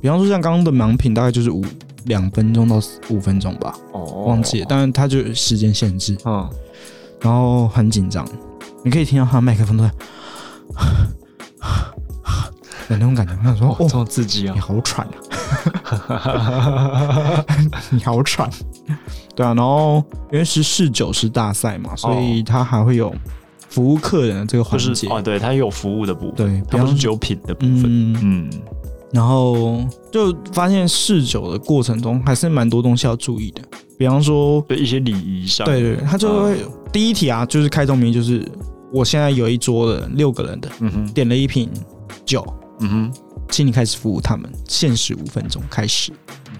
Speaker 1: 比方说像刚刚的盲品，大概就是五两分钟到五分钟吧，
Speaker 2: 哦，
Speaker 1: 忘记了。，但哦是它就有时间限制。
Speaker 2: 嗯，
Speaker 1: 然后很紧张，你可以听到他的麦克风都在 [sighs] 有那种感觉。我想说，
Speaker 2: 哦，
Speaker 1: 哦，
Speaker 2: 这么刺激啊
Speaker 1: 你，好喘啊， [laughs] 你好喘。对啊，然后因为是试酒师大赛
Speaker 2: 哦
Speaker 1: 嘛，所以他还会有服务客人的这个环
Speaker 2: 就
Speaker 1: 节。
Speaker 2: 是哦，对，它有服务的部分，
Speaker 1: 对，比
Speaker 2: 它不
Speaker 1: 方
Speaker 2: 是酒品的部分，
Speaker 1: 嗯，
Speaker 2: 嗯，
Speaker 1: 然后就发现试酒的过程中还是蛮多东西要注意的，比方说
Speaker 2: 对一些礼仪上，
Speaker 1: 对对，对他就会、第一题啊，就是开宗明义，就是我现在有一桌的六个人的，
Speaker 2: 嗯哼，
Speaker 1: 点了一瓶酒，
Speaker 2: 嗯哼，
Speaker 1: 请你开始服务他们，限时五分钟开始，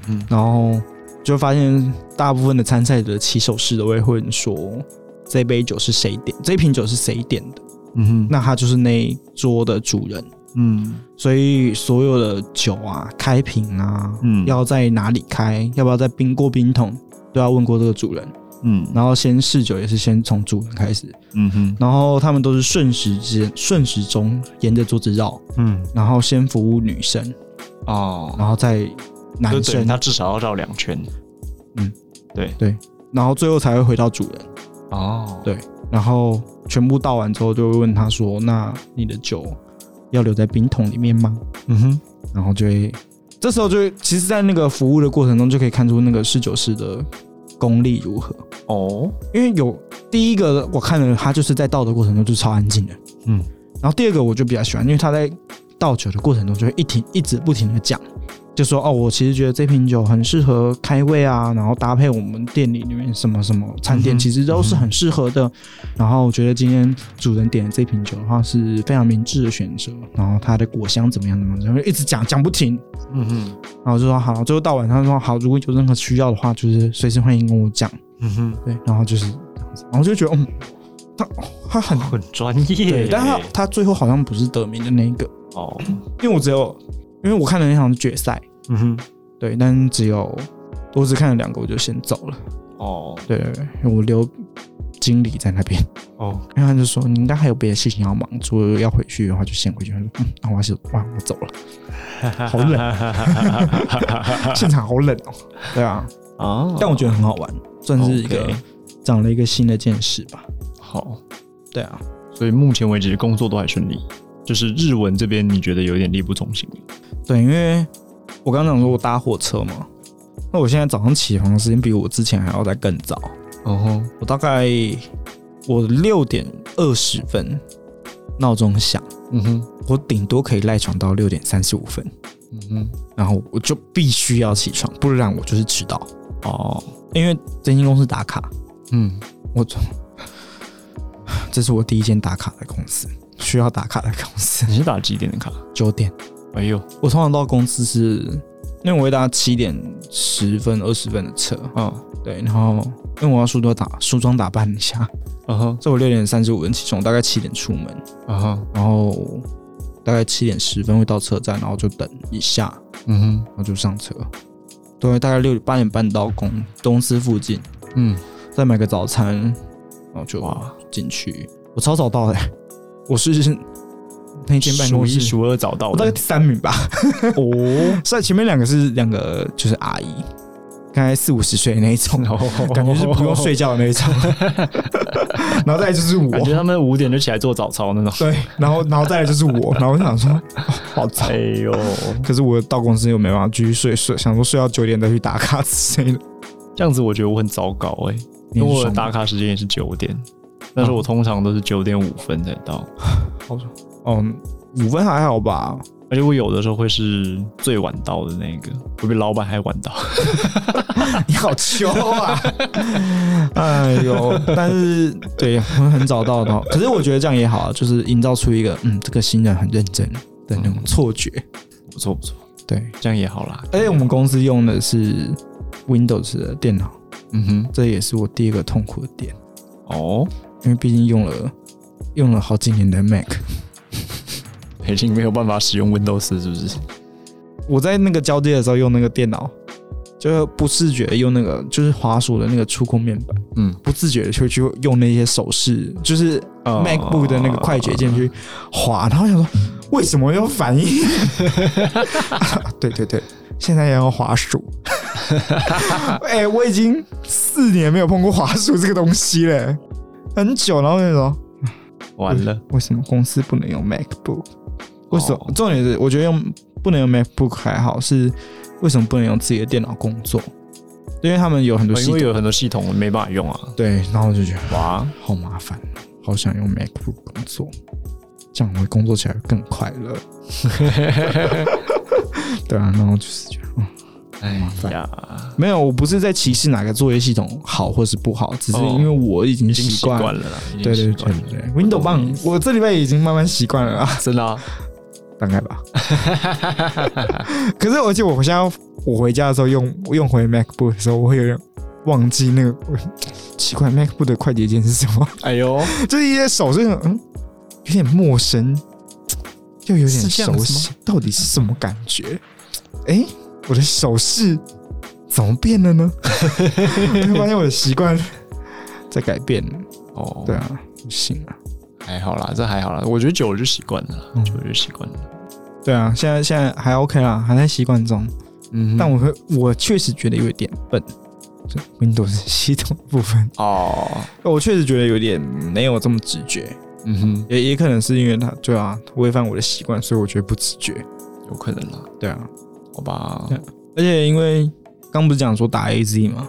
Speaker 2: 嗯
Speaker 1: 然后就发现大部分的参赛者起手式都会问说这杯酒是谁点，这瓶酒是谁点的，
Speaker 2: 嗯哼，
Speaker 1: 那他就是那一桌的主人。
Speaker 2: 嗯
Speaker 1: 所以所有的酒啊，开瓶啊，
Speaker 2: 嗯
Speaker 1: 要在哪里开，要不要在冰过冰桶，都要问过这个主人。
Speaker 2: 嗯，
Speaker 1: 然后先试酒也是先从主人开始，
Speaker 2: 嗯哼，
Speaker 1: 然后他们都是顺时间顺时钟沿着桌子绕，
Speaker 2: 嗯，
Speaker 1: 然后先服务女生，
Speaker 2: 哦，
Speaker 1: 然后再
Speaker 2: 就
Speaker 1: 男
Speaker 2: 等于
Speaker 1: 生
Speaker 2: 它，至少要绕两圈，嗯
Speaker 1: 然后最后才会回到主人。
Speaker 2: 哦，
Speaker 1: 对然后全部倒完之后，就会问他说：“那你的酒要留在冰桶里面吗
Speaker 2: 嗯哼，？”
Speaker 1: 然后就会，这时候就会其实，在那个服务的过程中，就可以看出那个侍酒师的功力如何。
Speaker 2: 哦，
Speaker 1: 因为有第一个我看了，他就是在倒的过程中就超安静的，
Speaker 2: 嗯，
Speaker 1: 然后第二个我就比较喜欢，因为他在倒酒的过程中就会一停一直不停的讲，就说哦，我其实觉得这瓶酒很适合开胃啊，然后搭配我们店里里面什么什么餐
Speaker 2: 嗯
Speaker 1: 点，
Speaker 2: 哼嗯
Speaker 1: 其实都是很适合的。然后我觉得今天主人点的这瓶酒的话是非常明智的选择，然后它的果香怎么样怎么样，然后一直讲讲不停，
Speaker 2: 嗯哼，
Speaker 1: 然后就说好，最后到晚上说好，如果有任何需要的话，就是随时欢迎跟我讲。
Speaker 2: 嗯哼，
Speaker 1: 对，然后就是这样子，然后就觉得，嗯，他他很
Speaker 2: 很专
Speaker 1: 对
Speaker 2: 业，，
Speaker 1: 但他他最后好像不是得名的那一个，
Speaker 2: 哦，
Speaker 1: 因为我只有，因为我看了那场决赛，
Speaker 2: 嗯哼，
Speaker 1: 对，但只有我只看了两个，我就先走了，
Speaker 2: 哦，
Speaker 1: 对对对，因为我留经理在那边，
Speaker 2: [laughs] 哦，
Speaker 1: 然后他就说你应该还有别的事情要忙，如果要回去的话就先回去，他说嗯，那我还是哇，我走了，好冷，现场好冷哦，对啊，
Speaker 2: 啊，
Speaker 1: 但我觉得很好玩，算是一个
Speaker 2: OK
Speaker 1: [laughs] 长了一个新的见识吧，
Speaker 2: 好，
Speaker 1: 对啊，
Speaker 2: 所以目前为止工作都还顺利，就是日文这边你觉得有点力不从心了
Speaker 1: 对，因为我刚刚讲说我搭火车嘛，那我现在早上起床的时间比我之前还要再更早，
Speaker 2: 哦，
Speaker 1: 我大概我六点二十分闹钟响，
Speaker 2: 嗯哼，
Speaker 1: 我顶多可以赖床到六点三十五分，
Speaker 2: 嗯哼，
Speaker 1: 然后我就必须要起床，不然我就是迟到，
Speaker 2: 哦，
Speaker 1: 因为征信公司打卡，
Speaker 2: 嗯，
Speaker 1: 我 [laughs] 从这是我第一间打卡的公司，需要打卡的公司， [laughs]
Speaker 2: 你是打几点的卡？
Speaker 1: 九点。
Speaker 2: 哎呦，
Speaker 1: 我通常到公司是，因为我会搭七点十分、二十分的车，啊
Speaker 2: 嗯，
Speaker 1: 对，然后因为我要梳妆打梳妆打扮一下，
Speaker 2: 嗯哼，
Speaker 1: 所以我六点三十五分起床，我大概七点出门，
Speaker 2: 嗯哼，
Speaker 1: 然后大概七点十分会到车站，然后就等一下，
Speaker 2: 嗯
Speaker 1: 然后就上车。对，大概六八点半到公公司附近，
Speaker 2: 哼，嗯，
Speaker 1: 再买个早餐，然后就
Speaker 2: 哇，
Speaker 1: 进去。我超早到的、欸我是那间办
Speaker 2: 数
Speaker 1: 公
Speaker 2: 一
Speaker 1: 室，
Speaker 2: 数二找到
Speaker 1: 我大概
Speaker 2: 的
Speaker 1: 第三名吧。
Speaker 2: 哦，
Speaker 1: 所以前面两个 [laughs] 是两个就是阿姨，大概四五十岁的那一
Speaker 2: [laughs]
Speaker 1: 种，
Speaker 2: 哦
Speaker 1: 感觉是不用睡，觉的那一种。然后再来就是我，
Speaker 2: 感觉他们五点就起来做早操那种。
Speaker 1: 对，然后然后再来就是我，然后我就想说，哦好早。
Speaker 2: [laughs] 哎呦，
Speaker 1: 可是我到公司又没办法继续睡，睡想说睡到九点再去打卡之类的。
Speaker 2: 这样子我觉得我很糟糕哎、因为我的打卡时间也是嗯九点，但是我通常都是九点五分才到，
Speaker 1: 哦，五分还好
Speaker 2: [laughs]
Speaker 1: 吧？
Speaker 2: 而且我有的时候会是最晚到的那个，会比老板还晚到。
Speaker 1: 你好秋啊！ [laughs] 哎呦，但是对，很早到的，可是我觉得这样也好啊，就是营造出一个嗯，这个新人很认真的那种错觉。
Speaker 2: 不错不哎错，
Speaker 1: 对，
Speaker 2: 这样也好啦。
Speaker 1: 而且我们公司用的是 Windows 的电脑，
Speaker 2: 嗯
Speaker 1: 这也是我第一个痛苦的点，
Speaker 2: 哼，哦，
Speaker 1: 因为毕竟用了用了好几年的 Mac。
Speaker 2: 北京没有办法使用 Windows 是不是？
Speaker 1: 我在那个交接的时候用那个电脑，就是不自觉地用那个就是滑鼠的那个触控面板，
Speaker 2: 嗯
Speaker 1: 不自觉的就去用那些手势，就是
Speaker 2: 哦
Speaker 1: MacBook 的那个快捷键去滑，然后想说为什么要反应？啊对对对，现在也要滑鼠。哎、我已经四年没有碰过滑鼠这个东西了，很久，然后那种
Speaker 2: 完了，
Speaker 1: 为什么公司不能用 MacBook？为什么？
Speaker 2: 哦
Speaker 1: 重点是，我觉得用不能用 MacBook 还好，是为什么不能用自己的电脑工作？因为他们有很多
Speaker 2: 哦
Speaker 1: 系
Speaker 2: 因为
Speaker 1: 统，
Speaker 2: 有很多系统没办法用啊。
Speaker 1: 对，然后我就觉得
Speaker 2: 哇，
Speaker 1: 好麻烦，好想用 MacBook 工作，这样我会工作起来更快乐。
Speaker 2: [laughs]
Speaker 1: 对啊，然后就是觉得、嗯、
Speaker 2: 哎
Speaker 1: 烦
Speaker 2: 呀，
Speaker 1: 没有，我不是在歧视哪个作业系统好或是不好，只是
Speaker 2: 哦
Speaker 1: 因为我已经
Speaker 2: 已经习
Speaker 1: 习惯
Speaker 2: 惯
Speaker 1: 了。
Speaker 2: 了啦，已经
Speaker 1: 对对
Speaker 2: 习惯
Speaker 1: 对
Speaker 2: 了
Speaker 1: 对对，Windows 棒，我这礼拜已经慢慢习惯了啊。
Speaker 2: [laughs] 真的啊，
Speaker 1: 大概吧。 [laughs] 可是，而且我现在我回家的时候用用回 MacBook 的时候，我会有点忘记那个我奇怪 MacBook 的快捷键是什么， [laughs]
Speaker 2: 哎呦，
Speaker 1: 就是一些手是那种嗯有点陌生，又有点
Speaker 2: 是这样子
Speaker 1: 熟
Speaker 2: 吗
Speaker 1: 悉，到底是什么感觉？哎、我的手势怎么变了
Speaker 2: [laughs]
Speaker 1: 呢？我就发现我的习惯在改变了。
Speaker 2: 哦，
Speaker 1: 对，啊，不行啊。
Speaker 2: 还好啦，这还好啦，我觉得久了就习惯了
Speaker 1: 嗯
Speaker 2: 啦，久了就习惯了。
Speaker 1: 对啊，现在现在还 OK 啦，还在习惯中。
Speaker 2: 嗯哼，
Speaker 1: 但我会，我确实觉得有点笨。这 Windows 系统部分，
Speaker 2: 哦，
Speaker 1: [laughs] 我确实觉得有点没有这么直觉，
Speaker 2: 嗯哼，
Speaker 1: 也也可能是因为它对啊违反我的习惯，所以我觉得不直觉。
Speaker 2: 有可能啦，
Speaker 1: 对啊，
Speaker 2: 好吧
Speaker 1: 对。而且因为刚不是讲说打 AZ 嘛，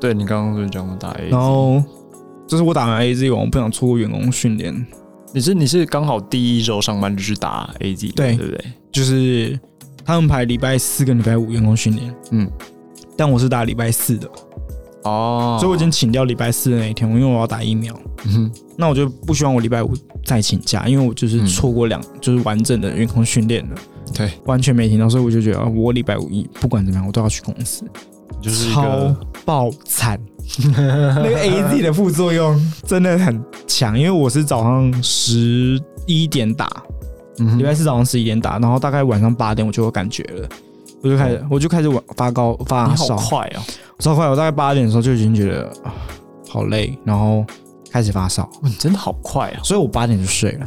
Speaker 2: 对你刚刚不是讲过打 A，
Speaker 1: 然后就是我打完 AZ 完，我不想错过员工训练，
Speaker 2: 你是你是刚好第一周上班就去打 A Z，
Speaker 1: 对
Speaker 2: 对不对？
Speaker 1: 就是他们排礼拜四跟礼拜五员工训练，
Speaker 2: 嗯，
Speaker 1: 但我是打礼拜四的，
Speaker 2: 哦，
Speaker 1: 所以我已经请掉礼拜四的那一天，因为我要打疫苗。
Speaker 2: 嗯
Speaker 1: 那我就不希望我礼拜五再请假，因为我就是错过两、就是完整的员工训练了，
Speaker 2: 哼，嗯对，
Speaker 1: 完全没听到，所以我就觉得啊，我礼拜五一不管怎么样，我都要去公司，
Speaker 2: 就是一
Speaker 1: 超
Speaker 2: 个
Speaker 1: 爆惨。那
Speaker 2: [laughs]
Speaker 1: 个 A Z 的副作用真的很强，因为我是早上十一点打，
Speaker 2: 嗯哼
Speaker 1: 礼拜四早上十一点打，然后大概晚上八点我就有感觉了，我就开始我就开始晚发高发
Speaker 2: 哦你
Speaker 1: 烧
Speaker 2: 好，快哦，
Speaker 1: 超快，我大概八点的时候就已经觉得啊好累，然后开始发烧，
Speaker 2: 哇你真的好快啊，
Speaker 1: 所以我八点就睡了。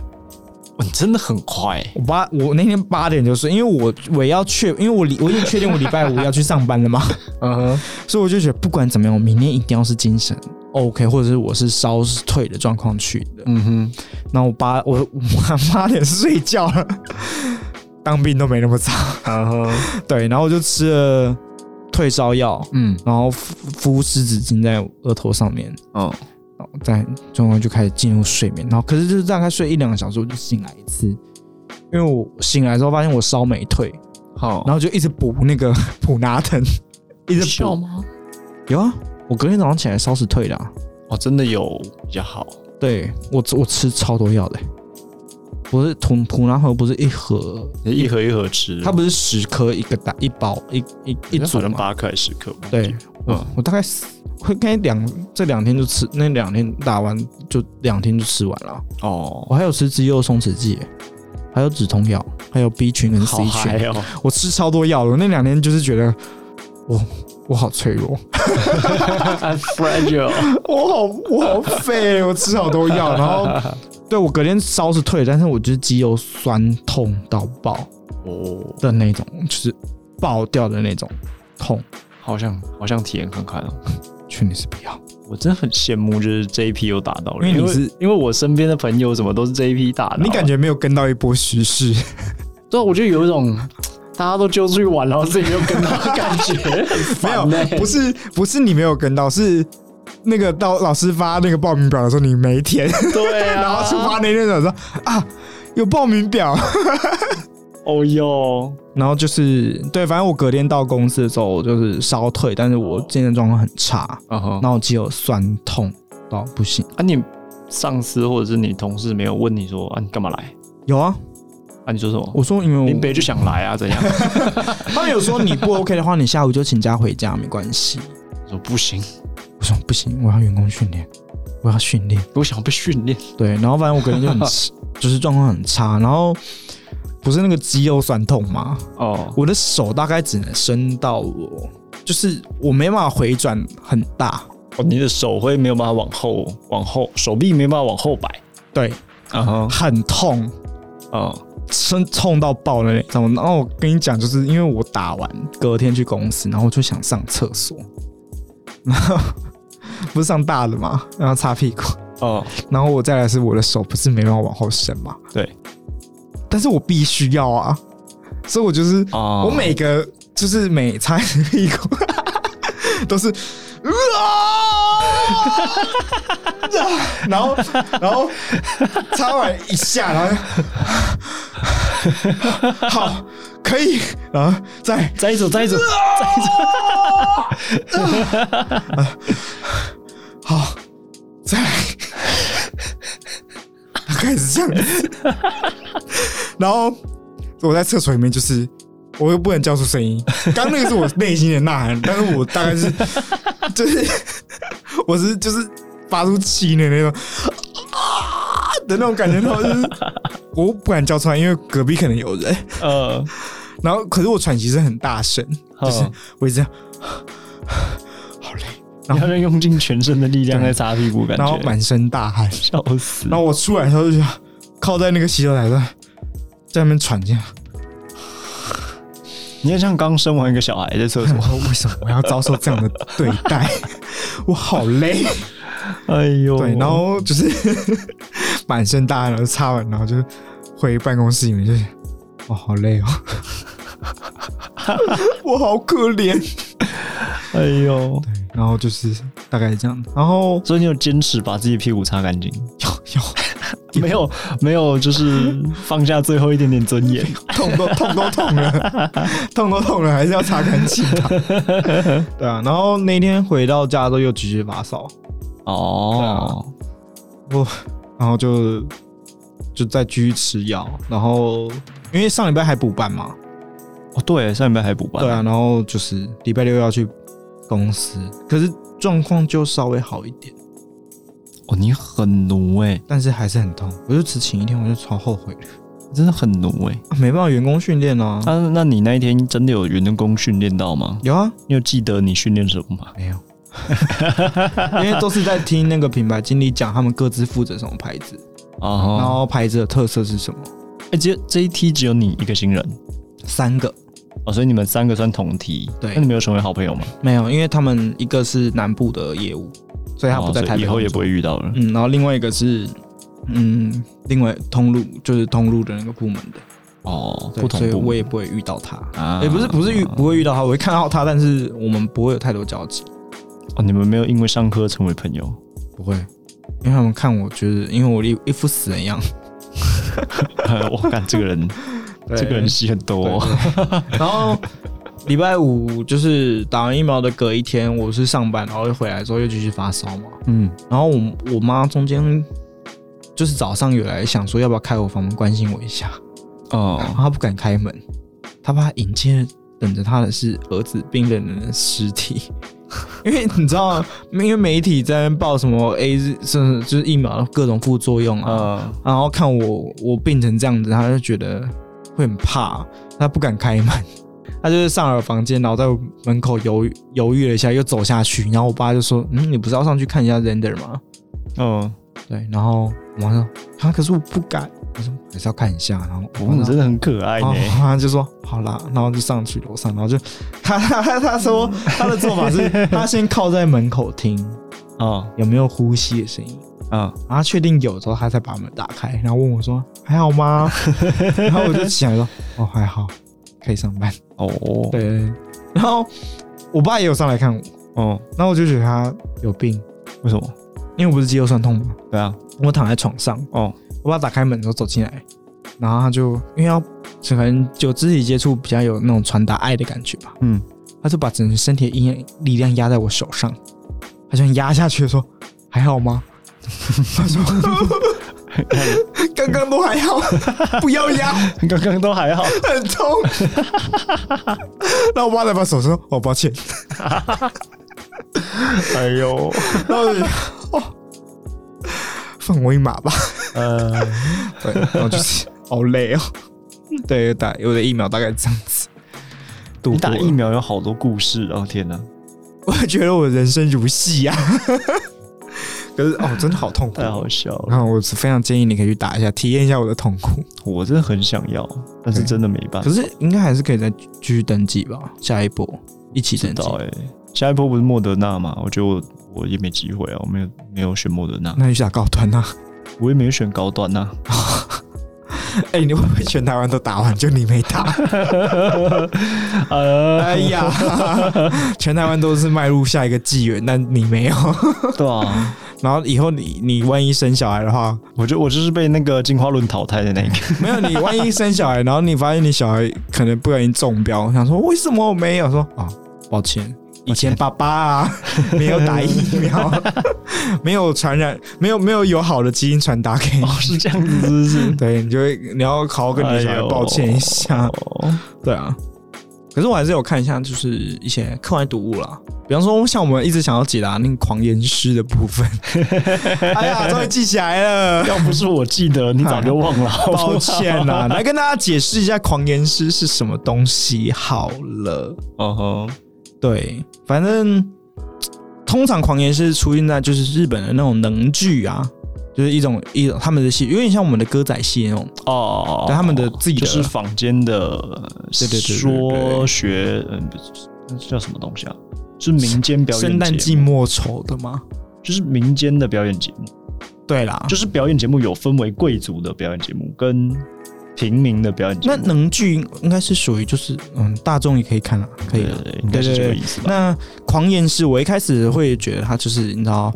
Speaker 2: 哇你真的很快，
Speaker 1: 我八我那天八点就睡，因为我我要确，因为我礼我已经确定我礼拜五要去上班了嘛，
Speaker 2: 嗯哼，
Speaker 1: 所以我就觉得不管怎么样，我明天一定要是精神 OK，或者是我是烧退的状况去的。
Speaker 2: 嗯哼，
Speaker 1: 然后我八我我八点睡觉了，当兵都没那么早。
Speaker 2: 嗯哼，
Speaker 1: 对，然后我就吃了退烧药，
Speaker 2: 嗯
Speaker 1: 然后敷敷湿纸巾在额头上面，
Speaker 2: 嗯，
Speaker 1: 然后再中后就开始进入睡眠，然后可是就是大概睡一两个小时我就醒来一次，因为我醒来之后发现我烧没退。
Speaker 2: 好，
Speaker 1: 然后就一直补那个 [laughs] 普拿疼，一直补。
Speaker 2: 吗？
Speaker 1: 有啊，我隔天早上起来烧死退的、啊。
Speaker 2: 哦，真的有比较好，
Speaker 1: 对我吃我吃超多药的、不是普普拿疼不是一盒，
Speaker 2: 你一盒一盒吃，
Speaker 1: 它不是十颗一个打一包一一一
Speaker 2: 好
Speaker 1: 组
Speaker 2: 像
Speaker 1: 吗？
Speaker 2: 八克还是十克吧？
Speaker 1: 对，我
Speaker 2: 嗯
Speaker 1: 我大概是会该两这两天就吃，那两天打完就两天就吃完了。啊
Speaker 2: 哦，
Speaker 1: 我还有吃肌肉松弛剂、还有止痛药，还有 B 群跟
Speaker 2: 好
Speaker 1: C
Speaker 2: 嗨
Speaker 1: 群，
Speaker 2: 哦！
Speaker 1: 我吃超多药的。我那两天就是觉得，我我好脆弱，
Speaker 2: 哦 fragile，
Speaker 3: 我好我好废，我吃好多药，然后
Speaker 1: 对我隔天烧是退了，但是我就是肌肉酸痛到爆
Speaker 2: 哦，
Speaker 1: 的那种，就是爆掉的那种痛。
Speaker 2: 好像好像体验看看哦。
Speaker 1: 劝你是不要，
Speaker 2: 我真的很羡慕，就是这一批有打到了，
Speaker 1: 因为
Speaker 2: 因
Speaker 1: 你
Speaker 2: 为
Speaker 1: 是
Speaker 2: 因为我身边的朋友怎么都是这一批打的啊，
Speaker 3: 你感觉没有跟到一波时
Speaker 1: [laughs]
Speaker 3: 事，
Speaker 2: 对啊，我就有一种大家都揪出去玩，然后自己又跟到的感觉，很
Speaker 3: 没有
Speaker 2: 烦欸，
Speaker 3: 不是不是你没有跟到，是那个到老师发那个报名表的时候你没填，
Speaker 2: 对啊，
Speaker 3: [laughs] 然后出发那天早上啊有报名表，
Speaker 2: 哦哟，
Speaker 1: 然后就是对，反正我隔天到公司的时候，我就是烧退，但是我精神状况很差，
Speaker 2: 啊哈，
Speaker 1: 然后我肌肉酸痛到不行。
Speaker 2: 啊你上司或者是你同事没有问你说啊你干嘛来
Speaker 1: 有啊，
Speaker 2: 啊你说什么？
Speaker 1: 我说因为我
Speaker 2: 林北就想来啊，怎样？
Speaker 1: 他们有说你不 OK 的话，你下午就请假回家没关系。
Speaker 2: 我说不行，
Speaker 1: 我说不行，我要员工训练，我要训练。
Speaker 2: 我想要被训练。
Speaker 1: 对，然后反正我隔天就 [laughs] 很就是状况很差，然后不是那个肌肉酸痛吗？
Speaker 2: 哦，
Speaker 1: 我的手大概只能伸到我，就是我没办法回转很大。
Speaker 2: 哦你的手会没有办法往后往后，手臂没办法往后摆。
Speaker 1: 对，
Speaker 2: 啊哈，
Speaker 1: 很痛，
Speaker 2: 哦，
Speaker 1: 身痛到爆的那种。然后我跟你讲，就是因为我打完隔天去公司，然后我就想上厕所，然后 [laughs] 不是上大的嘛，然后擦屁股，
Speaker 2: 哦，
Speaker 1: 然后我再来是我的手不是没办法往后伸嘛，
Speaker 2: 对，
Speaker 1: 但是我必须要啊，所以我就是、
Speaker 2: 哦
Speaker 1: 我每个就是每擦一次屁股 [laughs] 都是。
Speaker 3: 然后然后擦完一下，
Speaker 1: [laughs]
Speaker 3: 然后好可以，然后再
Speaker 2: 摘走摘走，
Speaker 3: 好，再来，大概是这样子。然后我在厕所里面，就是我又不能叫出声音，刚那个是我内心的呐喊，但是我大概是就是我是就是发出气的那种啊的那种感觉，然后就是我不敢叫出来，因为隔壁可能有人。
Speaker 2: 呃，
Speaker 3: 然后可是我喘息声很大声，就是
Speaker 2: 哦
Speaker 3: 我一直这样，
Speaker 2: 你好像用尽全身的力量在擦屁股，感觉
Speaker 3: 然后满身大汗。
Speaker 2: 笑死。
Speaker 3: 然后我出来的时候就觉得靠在那个洗手台上，在那边喘气，
Speaker 2: 你看，像刚生完一个小孩在厕所
Speaker 3: 我，说为什么我要遭受这样的对待？ [laughs] 我好累。
Speaker 2: [laughs] 哎呦，
Speaker 3: 对，然后就是 [laughs] 满身大汗，然后擦完，然后就回办公室里面，就是我好累哦， [laughs] 我好可怜。
Speaker 2: 哎呦，
Speaker 3: 然后就是大概这样，然后
Speaker 2: 所以你有坚持把自己屁股擦干净，
Speaker 3: 有
Speaker 2: 没有没有，就是放下最后一点点尊 [laughs] 严。
Speaker 3: 痛都痛都痛了，痛都痛了，还是要擦干净啊 [laughs] 的。
Speaker 1: 对啊，然后那天回到家之后又继续发烧，
Speaker 2: 哦，
Speaker 1: 然后就就再继续吃药，然后因为上礼拜还补班嘛，
Speaker 2: 哦，对，上礼拜还补班。
Speaker 1: 对啊，然后就是礼拜六要去公司，可是状况就稍微好一点，
Speaker 2: 哦，你很奴哎、
Speaker 1: 但是还是很痛，我就只请一天，我就超后悔的，
Speaker 2: 真的很奴哎、
Speaker 1: 啊没办法，员工训练啊，
Speaker 2: 啊，那你那一天真的有员工训练到吗？
Speaker 1: 有啊，
Speaker 2: 你有记得你训练什么吗？
Speaker 1: 没有。 [laughs] 因为都是在听那个品牌经理讲他们各自负责什么牌子，然
Speaker 2: 啊，
Speaker 1: 后牌子的特色是什么，
Speaker 2: 哎、只有这一梯只有你一个新人
Speaker 1: 三个
Speaker 2: 哦，所以你们三个算同梯。
Speaker 1: 对
Speaker 2: 那你们有成为好朋友吗？
Speaker 1: 没有，因为他们一个是南部的业务，所以他不在
Speaker 2: 哦所以
Speaker 1: 台北、
Speaker 2: 以后也不会遇到了。
Speaker 1: 嗯，然后另外一个是，嗯，另外通路就是通路的那个部门的，
Speaker 2: 哦，
Speaker 1: 对
Speaker 2: 不同
Speaker 1: 所以
Speaker 2: 部门
Speaker 1: 我也不会遇到他，
Speaker 2: 啊
Speaker 1: 也、不是不是遇不会遇到他，我会看到他，但是我们不会有太多交集，
Speaker 2: 哦，你们没有因为上课成为朋友。 [laughs]
Speaker 1: 不会，因为他们看我觉得，因为我一一副死人样，
Speaker 2: 我看这个人，这个人戏很多、哦。
Speaker 1: [laughs] 然后礼拜五就是打完疫苗的隔一天，我是上班，然后又回来之后又继续发烧嘛。
Speaker 2: 嗯，
Speaker 1: 然后我我妈中间就是早上有来想说要不要开我房门关心我一下，然
Speaker 2: 哦，
Speaker 1: 后她不敢开门，她怕迎接等着她的是儿子冰冷冷的尸体。 [laughs] 因为你知道吗，因为媒体在那边报什么 A 甚至就是疫苗各种副作用啊，
Speaker 2: 嗯，
Speaker 1: 然后看我我病成这样子，他就觉得会很怕，他不敢开门，他就是上了房间，然后在门口犹豫犹豫了一下，又走下去，然后我爸就说：“嗯，你不是要上去看一下 render 吗
Speaker 2: 哦，？”
Speaker 1: 对，然后我妈说：“啊，可是我不敢。”我说：“还是要看一下。”然后我
Speaker 2: 哦，
Speaker 1: 妈
Speaker 2: 你真的很可爱
Speaker 1: 然后
Speaker 2: 呢。
Speaker 1: 他就说好啦，然后就上去楼上，然后就他他他他
Speaker 2: [laughs]
Speaker 1: 说他的做法是，他先靠在门口听
Speaker 2: 啊
Speaker 1: 有没有呼吸的声音，
Speaker 2: 啊，
Speaker 1: 然后他确定有之后，他才把门打开，然后问我说还好吗？
Speaker 2: [laughs]
Speaker 1: 然后我就起来说哦还好，可以上班。
Speaker 2: 哦，
Speaker 1: 对，然后我爸也有上来看我，
Speaker 2: 哦，
Speaker 1: 然后我就觉得他有病，
Speaker 2: 为什么？
Speaker 1: 因为我不是肌肉酸痛嘛，
Speaker 2: 对啊，
Speaker 1: 我躺在床上，
Speaker 2: 哦，
Speaker 1: 我爸打开门之后走进来，然后他就因为要可能有肢体接触比较有那种传达爱的感觉吧， [laughs]
Speaker 2: 嗯，
Speaker 1: 他就把整个身体的力力量压在我手上，他就压下去说：“还好吗？” [laughs] 他说：“ [laughs] 刚刚都还好，不要压，
Speaker 2: 刚刚都还好，
Speaker 1: 很 [laughs] 痛。
Speaker 3: 然后我爸才把手说：“哦，抱歉。
Speaker 2: [laughs] 哎
Speaker 1: [laughs]
Speaker 2: 呦，”
Speaker 3: 然后我就哦，放我一马吧。
Speaker 2: 呃，
Speaker 1: 对，然后就是好累哦。对，打我的疫苗大概这样子。
Speaker 2: [laughs] 你打疫
Speaker 1: 苗，
Speaker 2: 苗有好多故事哦，天哪，
Speaker 1: 我觉得我人生如戏啊。 [laughs] 可是哦，真的好痛苦
Speaker 2: 太。好笑了，
Speaker 1: 然后我是非常建议你可以去打一下，体验一下我的痛苦。
Speaker 2: 我真的很想要，但是真的没办法
Speaker 1: 可。是应该还是可以再继续登记吧，下一波一起
Speaker 2: 知
Speaker 1: 登记
Speaker 2: 道。哎、下一波不是莫德纳嘛？我觉得我我也没机会啊，我没有没有选莫德纳，
Speaker 1: 那你去打高端啊？ [laughs]
Speaker 2: 我也没有选高端啊呐、 [laughs]
Speaker 1: 哎、你会不会全台湾都打完，就你没
Speaker 2: [laughs]
Speaker 1: 打？
Speaker 2: 呃，
Speaker 1: 哎呀，全台湾都是迈入下一个纪元，但你没有。 [laughs]
Speaker 2: 对啊，
Speaker 1: 然后以后你你万一生小孩的话，
Speaker 2: 我就我就是被那个进化论淘汰的那个。
Speaker 1: 没有你万一生小孩，然后你发现你小孩可能不小心中标，想说为什么我没有？说啊，抱歉，以前爸爸啊 [laughs] 没有打疫苗， [laughs] 没有传染，没有没有友好的基因传达给你
Speaker 2: 哦，。 [laughs] 是这样子，是不是？
Speaker 1: 对，你就会你要好好跟你小
Speaker 2: 哎
Speaker 1: 孩
Speaker 2: 呦
Speaker 1: 抱歉一下。
Speaker 2: 哦
Speaker 1: 对啊，可是我还是有看一下，就是一些课外读物啦，比方说像我们一直想要解答那个狂言师的部
Speaker 2: [laughs]
Speaker 1: 分。哎呀，终于记起来了，
Speaker 2: 要不是我记得，你早就忘了。好不好
Speaker 1: 抱歉
Speaker 2: 啊 [laughs]
Speaker 1: 啦、来跟大家解释一下狂言师是什么东西好了。
Speaker 2: 哦
Speaker 1: 对，反正通常狂言是出现在就是日本的那种能剧啊，就是一种一种他们的戏，有点像我们的歌仔戏那种。
Speaker 2: 哦哦，
Speaker 1: 但他们的自己的
Speaker 2: 就是坊间的
Speaker 1: 对对对对
Speaker 2: 说学，嗯，不是那叫什么东西啊？是民间表演
Speaker 1: 圣诞
Speaker 2: 节
Speaker 1: 季
Speaker 2: 目，
Speaker 1: 末丑的吗？
Speaker 2: 就是民间的表演节目。
Speaker 1: 对啦，
Speaker 2: 就是表演节目有分为贵族的表演节目跟平民的表演节
Speaker 1: 那
Speaker 2: 目，
Speaker 1: 能剧应该是属于就是嗯，大众也可以看了、可以
Speaker 2: 对
Speaker 1: 了。
Speaker 2: 对，应该是这个意思吧？
Speaker 1: 那狂言是我一开始会觉得他就是你知道，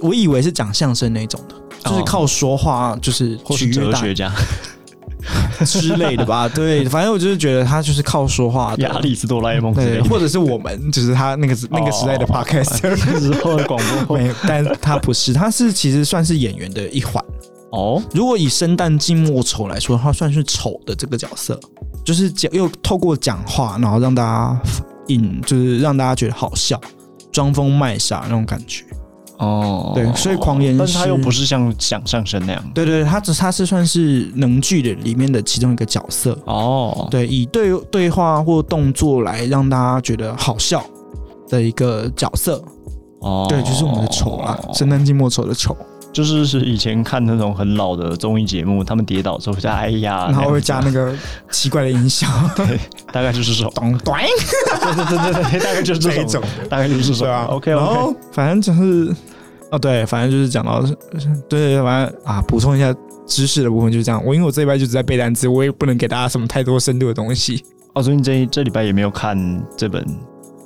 Speaker 1: 我以为是讲相声那种的，就是靠说话就是
Speaker 2: 哦或
Speaker 1: 取
Speaker 2: 是
Speaker 1: 悦
Speaker 2: 哲
Speaker 1: 大
Speaker 2: 学家 [laughs]
Speaker 1: 之类的吧。对，反正我就是觉得他就是靠说话的
Speaker 2: 亚。里斯多拉 A 梦之类
Speaker 1: 对，
Speaker 2: 的，
Speaker 1: 或者是我们，就是他那个时那个时代的
Speaker 2: 哦
Speaker 1: podcast，、
Speaker 2: 那时候的广播 [laughs]
Speaker 1: 没有，但他不是，他是其实算是演员的一环。
Speaker 2: 哦，
Speaker 1: 如果以生旦净末丑来说，他算是丑的这个角色，就是讲又透过讲话，然后让大家引，就是让大家觉得好笑，装疯卖傻那种感觉。
Speaker 2: 哦，
Speaker 1: 对所以狂言
Speaker 2: 但是他
Speaker 1: 是
Speaker 2: 又不是像想象声那样
Speaker 1: 对对，他只他是算是能剧的里面的其中一个角色。
Speaker 2: 哦，
Speaker 1: 对，以对对话或动作来让大家觉得好笑的一个角色。
Speaker 2: 哦，
Speaker 1: 对，就是我们的丑啊啦，生旦净末丑的丑，
Speaker 2: 就是是以前看那种很老的综艺节目，他们跌倒之后就哎呀，
Speaker 1: 然后会加
Speaker 2: 那
Speaker 1: 那个奇怪的音效，，
Speaker 2: 样大概就是这种
Speaker 1: 咚咚。
Speaker 2: [laughs] 对对对对对，大概就是
Speaker 3: 这
Speaker 2: 这
Speaker 3: 一种
Speaker 2: 种，大概就是这
Speaker 3: 对
Speaker 2: 种
Speaker 3: 啊
Speaker 2: ，OK
Speaker 1: 然
Speaker 2: OK，
Speaker 1: 后反正就是，哦对，反正就是讲到，对，反正啊，补充一下知识的部分就是这样。我因为我这一拜就只在背单词，我也不能给大家什么太多深度的东西。
Speaker 2: 哦，所以你这一这礼拜也没有看这本《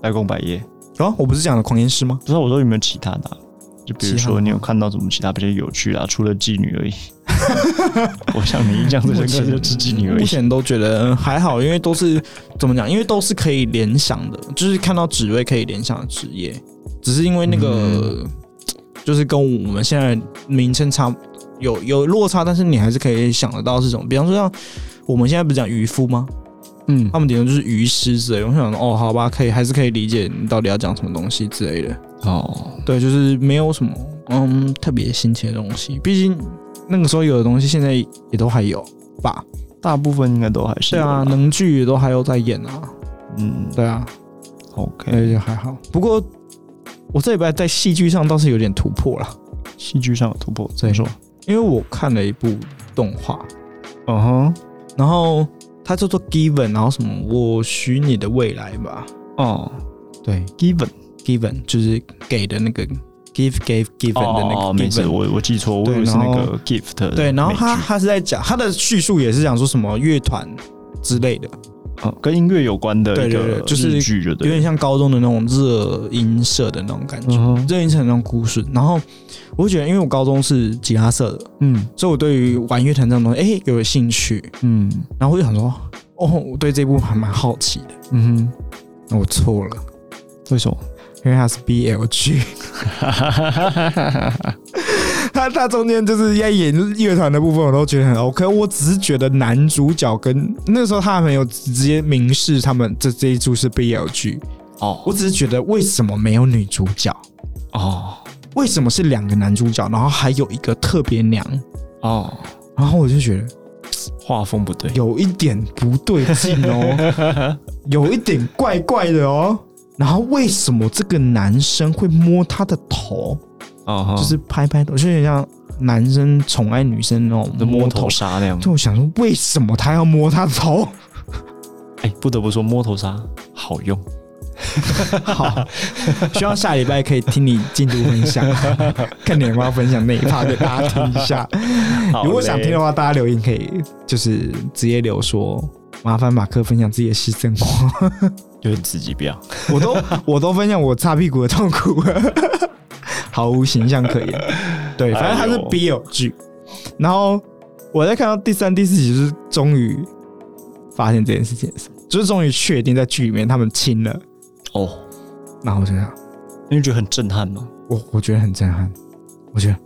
Speaker 2: 白宫百叶》。
Speaker 1: 哦，我不是讲了狂言师吗？
Speaker 2: 不知道我说有没有其他的啊、就比
Speaker 1: 其他
Speaker 2: 如
Speaker 1: 的
Speaker 2: 说
Speaker 1: 吗
Speaker 2: 你有看到什么其他比较有趣的、啊，除了妓女 [laughs] 而已。我想你
Speaker 1: [laughs]
Speaker 2: 印象最深刻的就是妓女而
Speaker 1: 目
Speaker 2: 已。
Speaker 1: 前都觉得嗯还好，因为都是怎么讲，因为都是可以联想的，就是看到职位可以联想的职业，只是因为那
Speaker 2: 嗯
Speaker 1: 个、就是跟我们现在名称差有有落差，但是你还是可以想得到是什么。比方说像我们现在不是讲渔夫吗？
Speaker 2: 嗯
Speaker 1: 他们顶多就是鱼师之类的。我想说，哦，好吧，可以，还是可以理解你到底要讲什么东西之类的。
Speaker 2: 哦，
Speaker 1: 对，就是没有什么嗯特别新奇的东西，毕竟那个时候有的东西现在也都还有吧。
Speaker 2: 大部分应该都还是
Speaker 1: 对
Speaker 2: 有
Speaker 1: 啊，
Speaker 2: 啦
Speaker 1: 能剧也都还有在演啊。
Speaker 2: 嗯
Speaker 1: 对啊，
Speaker 2: ，OK，
Speaker 1: 那就还好。不过我这礼拜在戏剧上倒是有点突破了，
Speaker 2: 戏剧上有突破，怎么
Speaker 1: 对
Speaker 2: 说？
Speaker 1: 因为我看了一部动画，
Speaker 2: 嗯哼，
Speaker 1: 然后它叫做《Given》，然后什么“我许你的未来”吧。
Speaker 2: 哦
Speaker 1: 对
Speaker 2: ，Given
Speaker 1: ，Given 就是给的那个 give gave given 的那
Speaker 2: 哦
Speaker 1: 个
Speaker 2: 没事，
Speaker 1: given。
Speaker 2: 我我记错，我
Speaker 1: 对
Speaker 2: 以为是那
Speaker 1: 然
Speaker 2: 个
Speaker 1: 后
Speaker 2: gift 的
Speaker 1: 对，然后
Speaker 2: 美
Speaker 1: 他
Speaker 2: 剧
Speaker 1: 他是在讲他的叙述也是讲说什么乐团之类的，
Speaker 2: 哦跟音乐有关的
Speaker 1: 对
Speaker 2: 一
Speaker 1: 对
Speaker 2: 个
Speaker 1: 对就是
Speaker 2: 日剧，就
Speaker 1: 有
Speaker 2: 对了，
Speaker 1: 点像高中的那种热音社的那种感觉，
Speaker 2: 嗯哼
Speaker 1: 热音社的那种故事。然后我会觉得，因为我高中是吉他社的，
Speaker 2: 嗯
Speaker 1: 所以我对于玩乐团这种东西，哎、有了兴趣。
Speaker 2: 嗯
Speaker 1: 然后我就想说，哦，我对这部还蛮好奇的。
Speaker 2: 嗯
Speaker 1: 那我错了，
Speaker 2: 哼，为什么？
Speaker 1: 因为它是 BL g [laughs]
Speaker 3: 他他中间就是在演乐团的部分，我都觉得很 OK。我只是觉得男主角跟那时候他还没有直接明示他们这这一组是 BL 剧，
Speaker 2: 哦
Speaker 1: 我只是觉得为什么没有女主角？
Speaker 2: 哦
Speaker 1: 为什么是两个男主角，然后还有一个特别娘？
Speaker 2: 哦，
Speaker 1: 然后我就觉得
Speaker 2: 画风不对，
Speaker 3: 有一点不对劲哦，
Speaker 1: [laughs]
Speaker 3: 有一点怪怪的哦。
Speaker 1: 然后为什么这个男生会摸她的头？
Speaker 2: 哦
Speaker 1: 嗯就是拍拍头，就有点像男生宠爱女生那
Speaker 2: 就
Speaker 1: 种
Speaker 2: 摸
Speaker 1: 摸
Speaker 2: 头
Speaker 1: 头。
Speaker 2: 杀那样。
Speaker 1: 就我想说，为什么他要摸她的头？
Speaker 2: 哎，不得不说，摸头杀好
Speaker 1: [laughs]
Speaker 2: 用。
Speaker 1: 好， [laughs] 希望下礼拜可以听你进度分享， [laughs] 看你有没有分享那一趴给大家听一 [laughs] 下。
Speaker 2: 好
Speaker 1: 如果想听的哦
Speaker 2: 嘞，
Speaker 1: 话，大家留言可以就是直接留说，麻烦马克分享自己的私生活。
Speaker 2: 就自己不要。
Speaker 1: [laughs] 我都我都分享我擦屁股的痛苦， [laughs] 毫无形象可言。对，反正它
Speaker 2: 哎
Speaker 1: 是
Speaker 2: 呦
Speaker 1: BL 剧。然后我在看到第三、第四集，就是终于发现这件事情的时候，就是终于确定在剧里面他们亲了。
Speaker 2: 哦，
Speaker 1: 然后我就想，
Speaker 2: 因为觉得很震撼嘛，
Speaker 1: 我我觉得很震撼，我觉得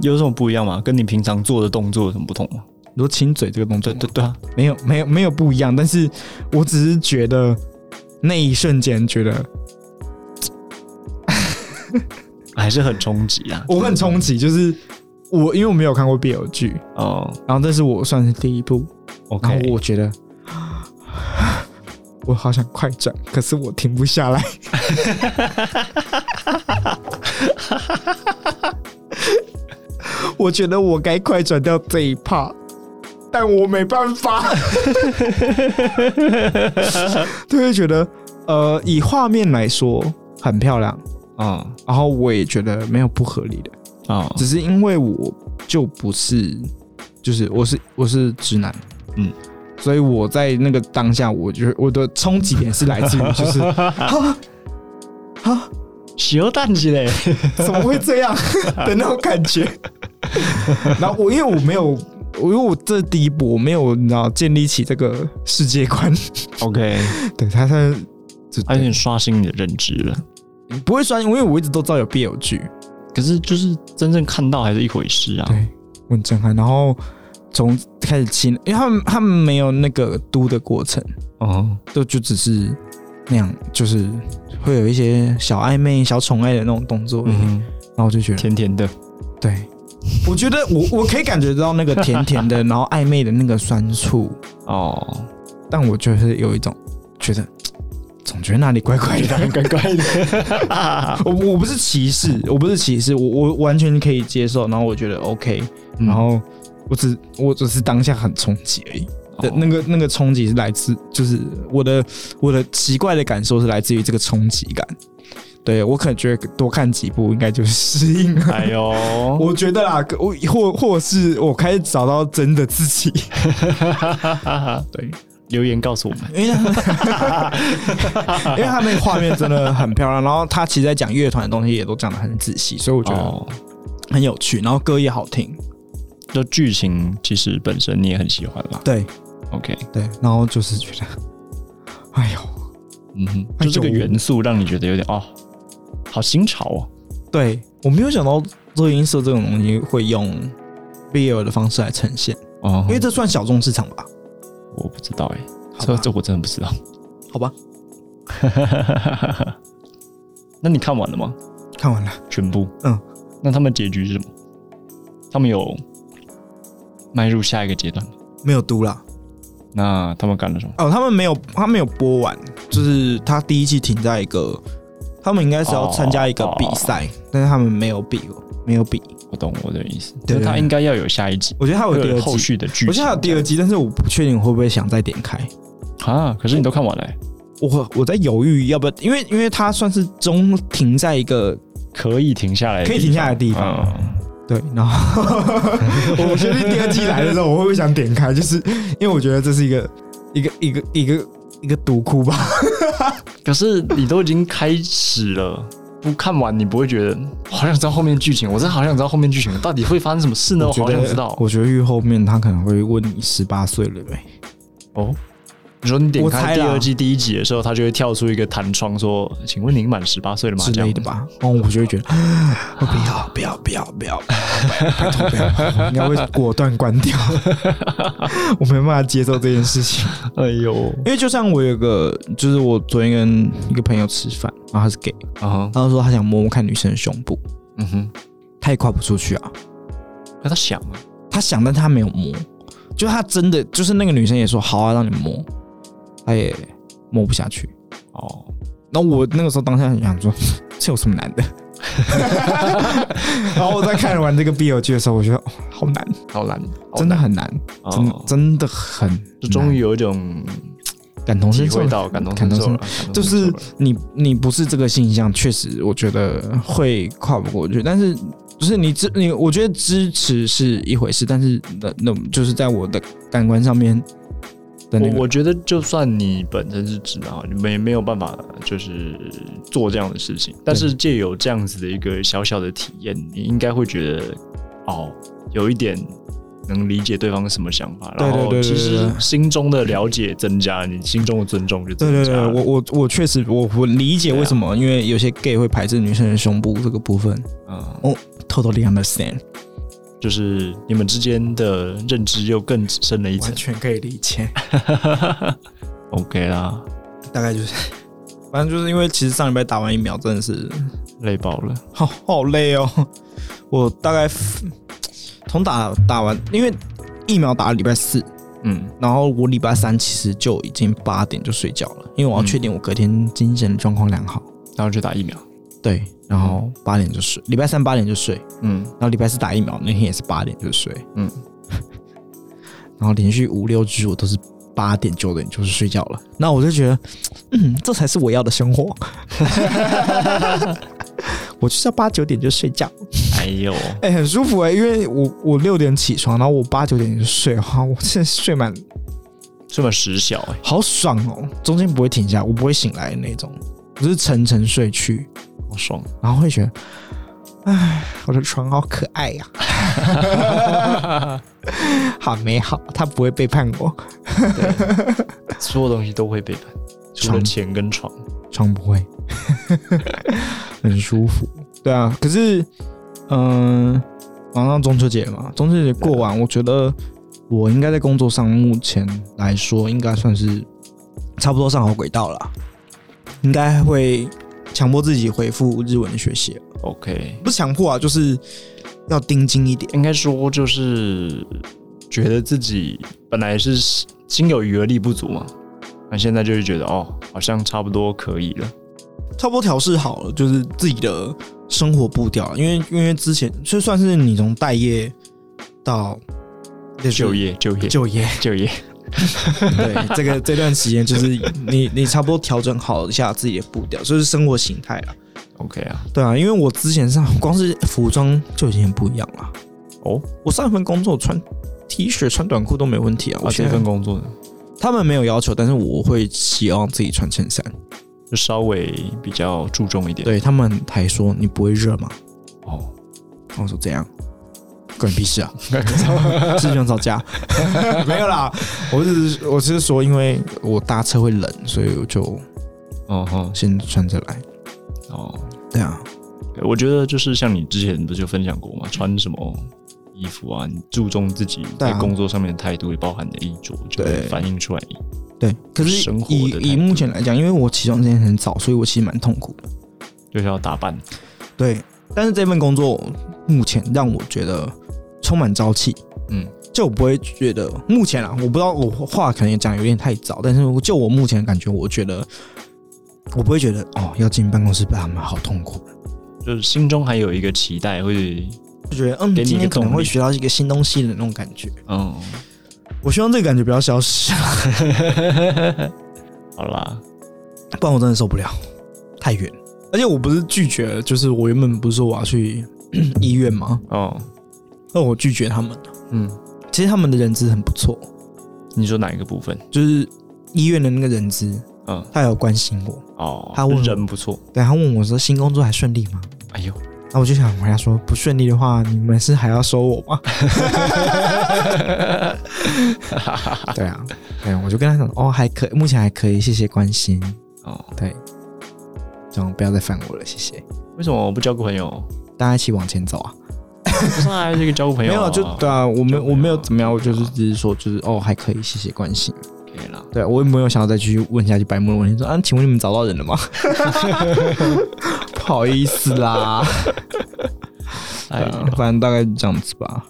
Speaker 2: 有什么不一样吗？跟你平常做的动作有什么不同吗？
Speaker 1: 你说亲嘴这个动作
Speaker 2: 对对对啊，
Speaker 1: 没有没有没有不一样，但是我只是觉得那一瞬间觉得
Speaker 2: 还是很冲击啊。
Speaker 1: 我很冲击，就是我因为我没有看过 BL 剧，
Speaker 2: 哦
Speaker 1: 然后这是我算是第一部。然后
Speaker 2: ，OK，
Speaker 1: 我觉得， [gasps] 我好想快转，可是我停不下来。 [laughs] 我觉得我该快转掉这一趴，但我没办法。 [laughs] 就会觉得，呃，以画面来说很漂亮，
Speaker 2: 嗯
Speaker 1: 然后我也觉得没有不合理的，
Speaker 2: 哦，
Speaker 1: 只是因为我就不是，就是我是我是直男，
Speaker 2: 嗯
Speaker 1: 嗯，所以我在那个当下，我觉得我的冲击点是来自于就是 [laughs] 啊啊
Speaker 2: 小蛋鸡嘞，
Speaker 1: 怎么会这样的那种感觉。然后我因为我没有，我因为我这第一步我没有你知道建立起这个世界观，
Speaker 2: OK，
Speaker 1: 对他他
Speaker 2: 它有点刷新你的认知了。
Speaker 1: 不会酸，因为我一直都知道有 BL 剧，
Speaker 2: 可是就是真正看到还是一回事啊。
Speaker 1: 对，我很震撼。然后从开始亲，因为他们他们没有那个嘟的过程。
Speaker 2: 哦，
Speaker 1: 就就只是那样，就是会有一些小暧昧、小宠爱的那种动作而已。
Speaker 2: 嗯，
Speaker 1: 然后我就觉得，
Speaker 2: 甜甜的，
Speaker 1: 对，我觉得我我可以感觉到那个甜甜
Speaker 2: [laughs]
Speaker 1: 的，然后暧昧的那个酸醋，
Speaker 2: 哦，
Speaker 1: 但我就是有一种觉得，总觉得哪里怪怪的。
Speaker 2: 哎怪怪 [laughs] 的。
Speaker 1: 我我不是歧视，我不是歧视，我我完全可以接受。然后我觉得 OK，然
Speaker 2: 嗯
Speaker 1: 后我只我只是当下很冲击而已。
Speaker 2: 哦
Speaker 1: 的那个那个冲击是来自，就是我的我的奇怪的感受是来自于这个冲击感。对我可能觉得多看几部应该就适应了。
Speaker 2: 哎 [laughs] 呦，
Speaker 1: 我觉得啦，我或或是我开始找到真的自己，对，
Speaker 2: 留言告诉我们。
Speaker 1: 因为他 [laughs] 因为他那个画面真的很漂亮，然后他其实在讲乐团的东西也都讲的很仔细，所以我觉得
Speaker 2: 哦，
Speaker 1: 很有趣，然后歌也好听，
Speaker 2: 就剧情其实本身你也很喜欢啦。
Speaker 1: 对
Speaker 2: OK，
Speaker 1: 对，然后就是觉得，哎呦，
Speaker 2: 嗯哼，
Speaker 1: 哎
Speaker 2: 就这个
Speaker 1: 有
Speaker 2: 元素让你觉得有点哦，好新潮哦。
Speaker 1: 对我没有想到热音社这种东西会用 BL 的方式来呈现，
Speaker 2: 哦
Speaker 1: 因为这算小众市场吧？
Speaker 2: 我不知道哎、
Speaker 1: 好
Speaker 2: 这
Speaker 1: 吧
Speaker 2: 这我真的不知 [laughs] 道。
Speaker 1: 好吧，
Speaker 2: 那你看完了吗？
Speaker 1: 看完了，
Speaker 2: 全部？
Speaker 1: 嗯。
Speaker 2: 那他们结局是什么？他们有迈入下一个阶段吗？
Speaker 1: 没有读啦。
Speaker 2: 那他们干了什么？
Speaker 1: 哦，他们没有，他没有播完，就是他第一季停在一个，他们应该是要参加一个比赛，但是他们没有比，没有比。
Speaker 2: 我懂我的意思，
Speaker 1: 对
Speaker 2: 就是他应该要有下一集，
Speaker 1: 我觉得他有
Speaker 2: 会
Speaker 1: 第
Speaker 2: 有
Speaker 1: 二
Speaker 2: 后
Speaker 1: 季，
Speaker 2: 续的剧情。
Speaker 1: 我觉得他有第二季，但是我不确定我会不会想再点开。
Speaker 2: 啊，可是你都看完了欸、
Speaker 1: 我我在犹豫要不要，因为因为它算是中停在一个
Speaker 2: 可以停下来，
Speaker 1: 可以停下来的地方，
Speaker 2: 嗯，
Speaker 1: 对，然后 [laughs]
Speaker 3: 我决定第二季来的时候，我会不会想点开？就是因为我觉得这是一个一个一个一个一个独窟吧。
Speaker 2: 可是你都已经开始了，不看完你不会觉得好想知道后面剧情？我真的好想知道后面剧情到底会发生什么事呢？我
Speaker 1: 觉
Speaker 2: 好想
Speaker 1: 得
Speaker 2: 知道。
Speaker 1: 我觉得越后面他可能会问你十八岁了没，
Speaker 2: 哦，你说你点
Speaker 1: 我
Speaker 2: 开
Speaker 1: 猜
Speaker 2: 第
Speaker 1: 啦
Speaker 2: 二季第一集的时候，他就会跳出一个弹窗说：“请问您满十八岁了吗？”
Speaker 1: 之类的吧，然后我就会觉得我不要不要不要不要，拜托不要，
Speaker 3: 我应该会果断关
Speaker 2: [laughs]
Speaker 3: 掉，我没办法接受这件事情。
Speaker 2: 这样。哎呦，
Speaker 1: 因为就像我有个，就是我昨天跟一个朋友吃饭，然后他是 gay，
Speaker 2: 啊，
Speaker 1: 然后说他想摸摸看女生的胸部，
Speaker 2: 嗯哼，
Speaker 1: 他也跨不出去啊，
Speaker 2: 可他想啊，
Speaker 1: 他想，但他没有摸，就他真的就是那个女生也说好啊，让你摸，他也摸不下去。
Speaker 2: 哦，
Speaker 1: 然后我那个时候当下很想说，这有什么难
Speaker 2: [laughs]
Speaker 1: 的？
Speaker 3: 然后我在看完这个 BL 剧的时候，我觉得、哦、好难，
Speaker 2: 好难，哦
Speaker 1: 真的很难，
Speaker 2: 好
Speaker 1: 真
Speaker 2: 难，
Speaker 1: 的真的很难，
Speaker 2: 就终于有一种
Speaker 1: 感同
Speaker 2: 体
Speaker 1: 身受
Speaker 2: 会。到感同
Speaker 1: 感同
Speaker 2: 身受
Speaker 1: 身
Speaker 2: 了，感同身
Speaker 1: 就
Speaker 2: 受
Speaker 1: 是
Speaker 2: 了
Speaker 1: 你，你不是这个性向，确实我觉得会跨不过去。但是，就是你支你，我觉得支持是一回事，但是那那就是在我的感官上面的那
Speaker 2: 我
Speaker 1: 个，
Speaker 2: 我觉得，就算你本身是直男，你没没有办法就是做这样的事情，但是借有这样子的一个小小的体验，你应该会觉得哦，有一点能理解对方是什么想法，
Speaker 1: 对
Speaker 2: 然后
Speaker 1: 对对对
Speaker 2: 其
Speaker 1: 对
Speaker 2: 实
Speaker 1: 对
Speaker 2: 心中的了解增加，你心中的尊重
Speaker 1: 对
Speaker 2: 就增
Speaker 1: 对
Speaker 2: 加
Speaker 1: 对，
Speaker 2: 了。
Speaker 1: 我我我确实我我理解为什么，因为有些 gay 会排斥女生的胸部这个部分
Speaker 2: 嗯，
Speaker 1: ，totally understand。
Speaker 2: 就是你们之间的认知又更深了一层
Speaker 3: 完。全可以理
Speaker 1: [laughs]
Speaker 3: 解。
Speaker 2: OK 啦，
Speaker 3: 大概就是
Speaker 1: 反正就是因为其实上礼拜打完疫苗真的是
Speaker 2: 累爆了。
Speaker 1: 好好累哦， [laughs] 我大概从打打完，因为疫苗打了礼拜四，
Speaker 2: 嗯，
Speaker 1: 然后我礼拜三其实就已经八点就睡觉了，因为我要
Speaker 2: 嗯
Speaker 1: 确定我隔天精神状况良好。
Speaker 2: 然后去打疫苗。
Speaker 1: 对，然后八点就睡，礼拜三八点就睡，
Speaker 2: 嗯
Speaker 1: 然后礼拜四打疫苗那天也是八点就睡，
Speaker 2: 嗯，
Speaker 1: [laughs] 然后连续五六支我都是八点九点就是睡觉了，那我就觉得，嗯，这才是我要的生活， [laughs] 我就是要八九点就睡觉，
Speaker 2: 哎呦，
Speaker 1: 哎、很舒服哎、因为我我六点起床，然后我八九点就睡， [laughs] 哈，我现在睡满，
Speaker 2: 这么时小哎、
Speaker 1: 好爽哦，中间不会停下，我不会醒来的那种，我就是沉沉睡去，
Speaker 2: 好爽。
Speaker 1: 然后会觉得，哎，我的床好可爱呀、 [laughs] 好美好，它不会背叛我，
Speaker 2: 所有东西都会背叛，除了
Speaker 1: 床
Speaker 2: 钱跟床。
Speaker 1: 床不会， [laughs] 很舒服。对啊，可是，嗯、马上中秋节了嘛，中秋节过完，我觉得我应该在工作上目前来说，应该算是差不多上好轨道了啦，应该会强迫自己回复日文的学习，
Speaker 2: OK，
Speaker 1: 不是强迫啊，就是要盯紧一点。
Speaker 2: 应该说就是觉得自己本来是心有余而力不足嘛，那现在就是觉得哦，好像差不多可以了。
Speaker 1: 差不多调试好了，就是自己的生活步调了。因为因为之前就算是你从待业到就是
Speaker 2: 就业，就业，
Speaker 1: 就业，
Speaker 2: 就业，
Speaker 1: 对这 [laughs] 个这段时间就是你你差不多调整好一下自己的步调，就是生活形态了。
Speaker 2: OK 啊，
Speaker 1: 对啊，因为我之前上光是服装就已经很不一样了。
Speaker 2: 哦，
Speaker 1: 我上一份工作穿 T 恤穿短裤都没问题啊，
Speaker 2: 啊
Speaker 1: 我
Speaker 2: 这
Speaker 1: 觉得
Speaker 2: 份工作呢，
Speaker 1: 他们没有要求，但是我会希望自己穿衬衫。
Speaker 2: 就稍微比较注重一点。
Speaker 1: 对他们还说你不会热吗？
Speaker 2: 哦，
Speaker 1: 我说怎样？关你屁 [laughs] 事啊！是不想吵架？ [laughs] 没有啦，我只是我只是说，因为我搭车会冷，所以我就
Speaker 2: 哦哦
Speaker 1: 先穿着来。
Speaker 2: 哦，
Speaker 1: 对啊，
Speaker 2: 对我觉得就是像你之前不是有分享过嘛，穿什么。衣服啊，你注重自己
Speaker 1: 对
Speaker 2: 在
Speaker 1: 啊
Speaker 2: 工作上面的态度，也包含你的衣着，就会
Speaker 1: 对
Speaker 2: 反映出来。
Speaker 1: 对，可是
Speaker 2: 生活
Speaker 1: 以
Speaker 2: 的态
Speaker 1: 以
Speaker 2: 度
Speaker 1: 目前来讲，因为我起床时间很早，所以我其实蛮痛苦的。
Speaker 2: 就是要打扮，
Speaker 1: 对，但是这份工作目前让我觉得充满朝气，
Speaker 2: 嗯，
Speaker 1: 就我不会觉得目前啊，我不知道我话可能也讲有点太早，但是我就我目前的感觉，我觉得我不会觉得哦，要进办公室被他们好痛苦，
Speaker 2: 就是心中还有一个期待，或者
Speaker 1: 就觉得嗯，
Speaker 2: 给你一个
Speaker 1: 今天可能
Speaker 2: 动力
Speaker 1: 会学到一个新东西的那种感觉。 [laughs]
Speaker 2: 嗯，
Speaker 1: 我希望这个感觉不要消失，
Speaker 2: 好啦，
Speaker 1: 不然我真的受不了，太远。而且我不是拒绝，就是我原本不是说我要去 [clears throat] 医院吗？
Speaker 2: 哦，
Speaker 1: 那我拒绝他们了。
Speaker 2: 嗯，
Speaker 1: 其实他们的人资很不错，
Speaker 2: 你说哪一个部分？
Speaker 1: 就是医院的那个人资，
Speaker 2: 嗯，
Speaker 1: 他有关心我，
Speaker 2: 哦，
Speaker 1: 他问
Speaker 2: 人不错，
Speaker 1: 对他问我说新工作还顺利吗？
Speaker 2: 哎呦，
Speaker 1: 那我就想回答说不顺利的话，你们是还要收我吗？对啊，对，我就跟他讲哦，还可以，目前还可以，谢谢关心，
Speaker 2: 哦，
Speaker 1: 对，这样不要再烦我了，谢谢，
Speaker 2: 为什么我不交个朋友？
Speaker 1: 大家一起往前走啊。
Speaker 2: 不是啊，这个交个
Speaker 1: [laughs]
Speaker 2: 朋
Speaker 1: 没
Speaker 2: 友
Speaker 1: 有
Speaker 2: 啊
Speaker 1: 啊，就对啊，我没
Speaker 2: 就没有
Speaker 1: 我没有怎么样，我就是只是说就是哦，还可以，谢谢关心。
Speaker 2: 可以啦。
Speaker 1: 对啊我也没有想要再继续问下去白目的问题，说啊，请问你们找到人了吗？ [laughs] 不好意思 [laughs] 啦，对
Speaker 2: 哎
Speaker 1: 啊反正大概这样子吧。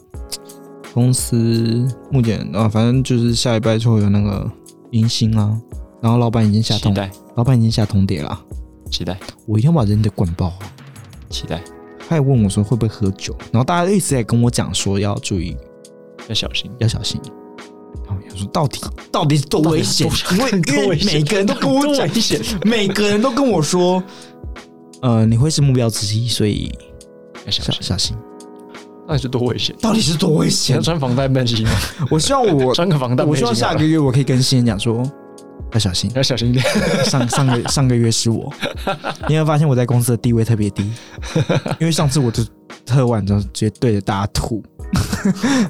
Speaker 1: 公司目前啊，反正就是下礼拜就会有那个迎新啊，然后老板已经下
Speaker 2: 期
Speaker 1: 通，
Speaker 2: 待，
Speaker 1: 老板已经下通牒了，
Speaker 2: 期待，
Speaker 1: 我一定要把人家管爆啊！
Speaker 2: 期待，
Speaker 1: 他也问我说会不会喝酒，然后大家一直在跟我讲说要注意，
Speaker 2: 要小心。
Speaker 1: 要小心。然后哦我想说到底到底是多危险？因为因为每个人都跟我 [laughs] 讲，
Speaker 2: 危险。
Speaker 1: 每个人都跟我说，呃，你会是目标之一，所以
Speaker 2: 要小
Speaker 1: 小
Speaker 2: 心，
Speaker 1: 小心。
Speaker 2: 那是多危险！
Speaker 1: 到底是多危
Speaker 2: 你
Speaker 1: 险
Speaker 2: 要？穿防弹背心吗？
Speaker 1: [laughs] 我希望 [laughs] 我，
Speaker 2: 穿个防弹背心好了。
Speaker 1: 我希望下个月我可以跟新人讲说，要小心
Speaker 2: 你。要小心一点。
Speaker 1: 上上 [laughs] 个上个月是我，你有没有发现我在公司的地位特别 [laughs] 低，因为上次我就喝完之后直接对着大家 [laughs] 吐，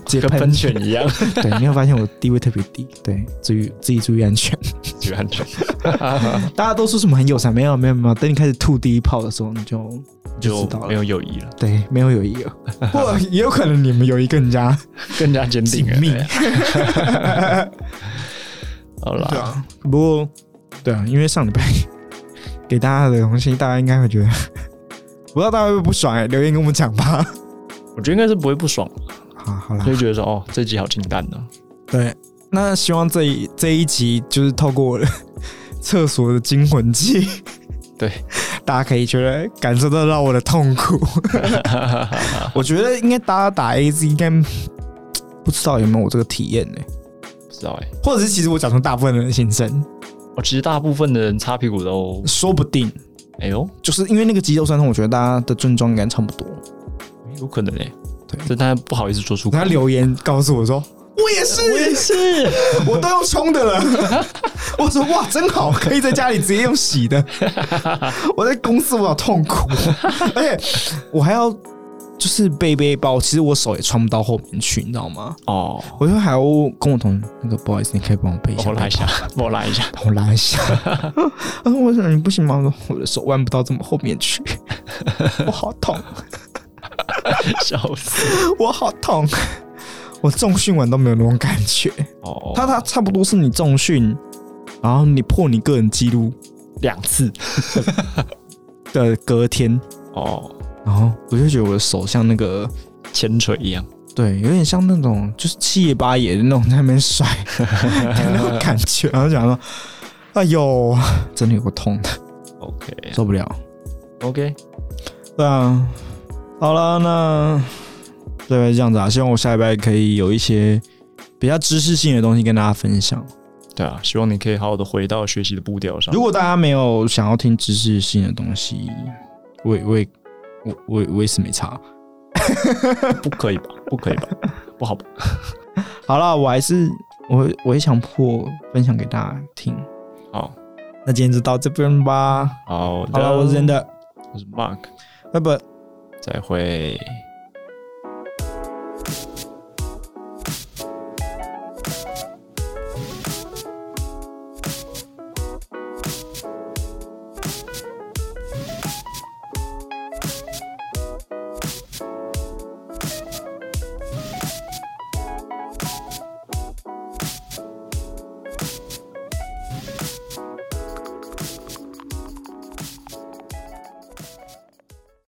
Speaker 1: 直接
Speaker 2: 跟
Speaker 1: 喷
Speaker 2: 喷。泉一样，
Speaker 1: 对，你有没有发现我地位特别低？对，注意自己注意安全。
Speaker 2: 注意安全。
Speaker 1: 大家都说什么很友善，没有没有没有，等你开始吐第一泡的时候，你就你 [laughs] 就
Speaker 2: 就
Speaker 1: 知道
Speaker 2: 没
Speaker 1: 了。
Speaker 2: 有友谊了，
Speaker 1: 对，没有友谊了。
Speaker 3: 不，也有可能你们友谊更加
Speaker 2: 更加坚定了。
Speaker 3: 紧密
Speaker 2: 对好
Speaker 3: 对
Speaker 2: 啦，
Speaker 3: 啊，
Speaker 1: 不过，对啊，因为上礼拜给大家的东西，大家应该会觉得，
Speaker 3: 不知道大家会不会不爽
Speaker 1: 欸
Speaker 3: 哎、留言跟我们讲吧。
Speaker 2: 我觉得应该是不会不爽，
Speaker 1: 好好啦
Speaker 2: 就，会觉得说哦，这集好清淡呢。
Speaker 1: 对，
Speaker 3: 那希望这一这一集就是透过我 [laughs] 的厕所的惊魂记，
Speaker 2: 对，
Speaker 3: [laughs] 大家可以觉得感受得到我的痛苦。 [laughs]
Speaker 1: 我觉得应该大家打 A Z 应该不知道有没有我这个体验呢、
Speaker 2: 不知道哎，
Speaker 3: 或者是其实我讲出大部分人的心声，
Speaker 2: 我其实大部分的人擦屁股都，
Speaker 1: 说不定
Speaker 2: 哎呦，
Speaker 1: 就是因为那个肌肉酸痛，我觉得大家的症状应该差不多。
Speaker 2: 有可能哎，
Speaker 1: 对
Speaker 2: 但他不好意思说出口
Speaker 3: 他。留言告诉我说。我也是，我也是，我都用冲的了。
Speaker 2: [laughs]
Speaker 3: 我说哇，真好，可以在家里直接用洗的。我在公司我好痛苦，而且
Speaker 1: 我还要就是背背包，其实我手也穿不到后面去，你知道吗？
Speaker 2: 哦，
Speaker 1: 我就还要跟我同事那个不好意思，你可以帮我背一下
Speaker 2: 我
Speaker 1: 背包
Speaker 2: 拉一下，我拉一下。
Speaker 1: 我拉一下。啊，我想你不行吗？我说我的手弯不到这么后面
Speaker 2: [laughs]
Speaker 1: 去，我好痛，
Speaker 2: 笑死！
Speaker 1: 我好痛。
Speaker 3: 我重训完都没有那种感觉。
Speaker 2: 哦，
Speaker 1: 他他差不多是你重训，然后你破你个人记录
Speaker 2: 两次
Speaker 1: 的隔天，
Speaker 2: 哦，
Speaker 1: 然后我就觉得我的手像那个。
Speaker 2: 千锤一样，
Speaker 1: 对，有点像那种就是七爷八爷的那种在那边甩的那种感觉，然后想说，哎呦，真的有个痛的，哎
Speaker 2: OK
Speaker 1: 受不了。
Speaker 2: OK，
Speaker 1: 对啊，好了，那这拜这样子啊，希望我下礼拜可以有一些比较知识性的东西跟大家分享。
Speaker 2: 对啊，希望你可以好好的回到学习的步调上
Speaker 1: 如。果大家没有想要听知识性的东西，我也我也我我也我也是没差。
Speaker 2: 不可以吧？不可以吧？不好吧？
Speaker 1: 好了，我还是我我也想破分享给大家听。
Speaker 2: 好，
Speaker 1: 那今天就到这边吧。
Speaker 2: 好
Speaker 1: 啊
Speaker 2: 的，
Speaker 1: 好了，我是真，的，
Speaker 2: 我是 Mark，
Speaker 1: 拜拜。
Speaker 2: 再会。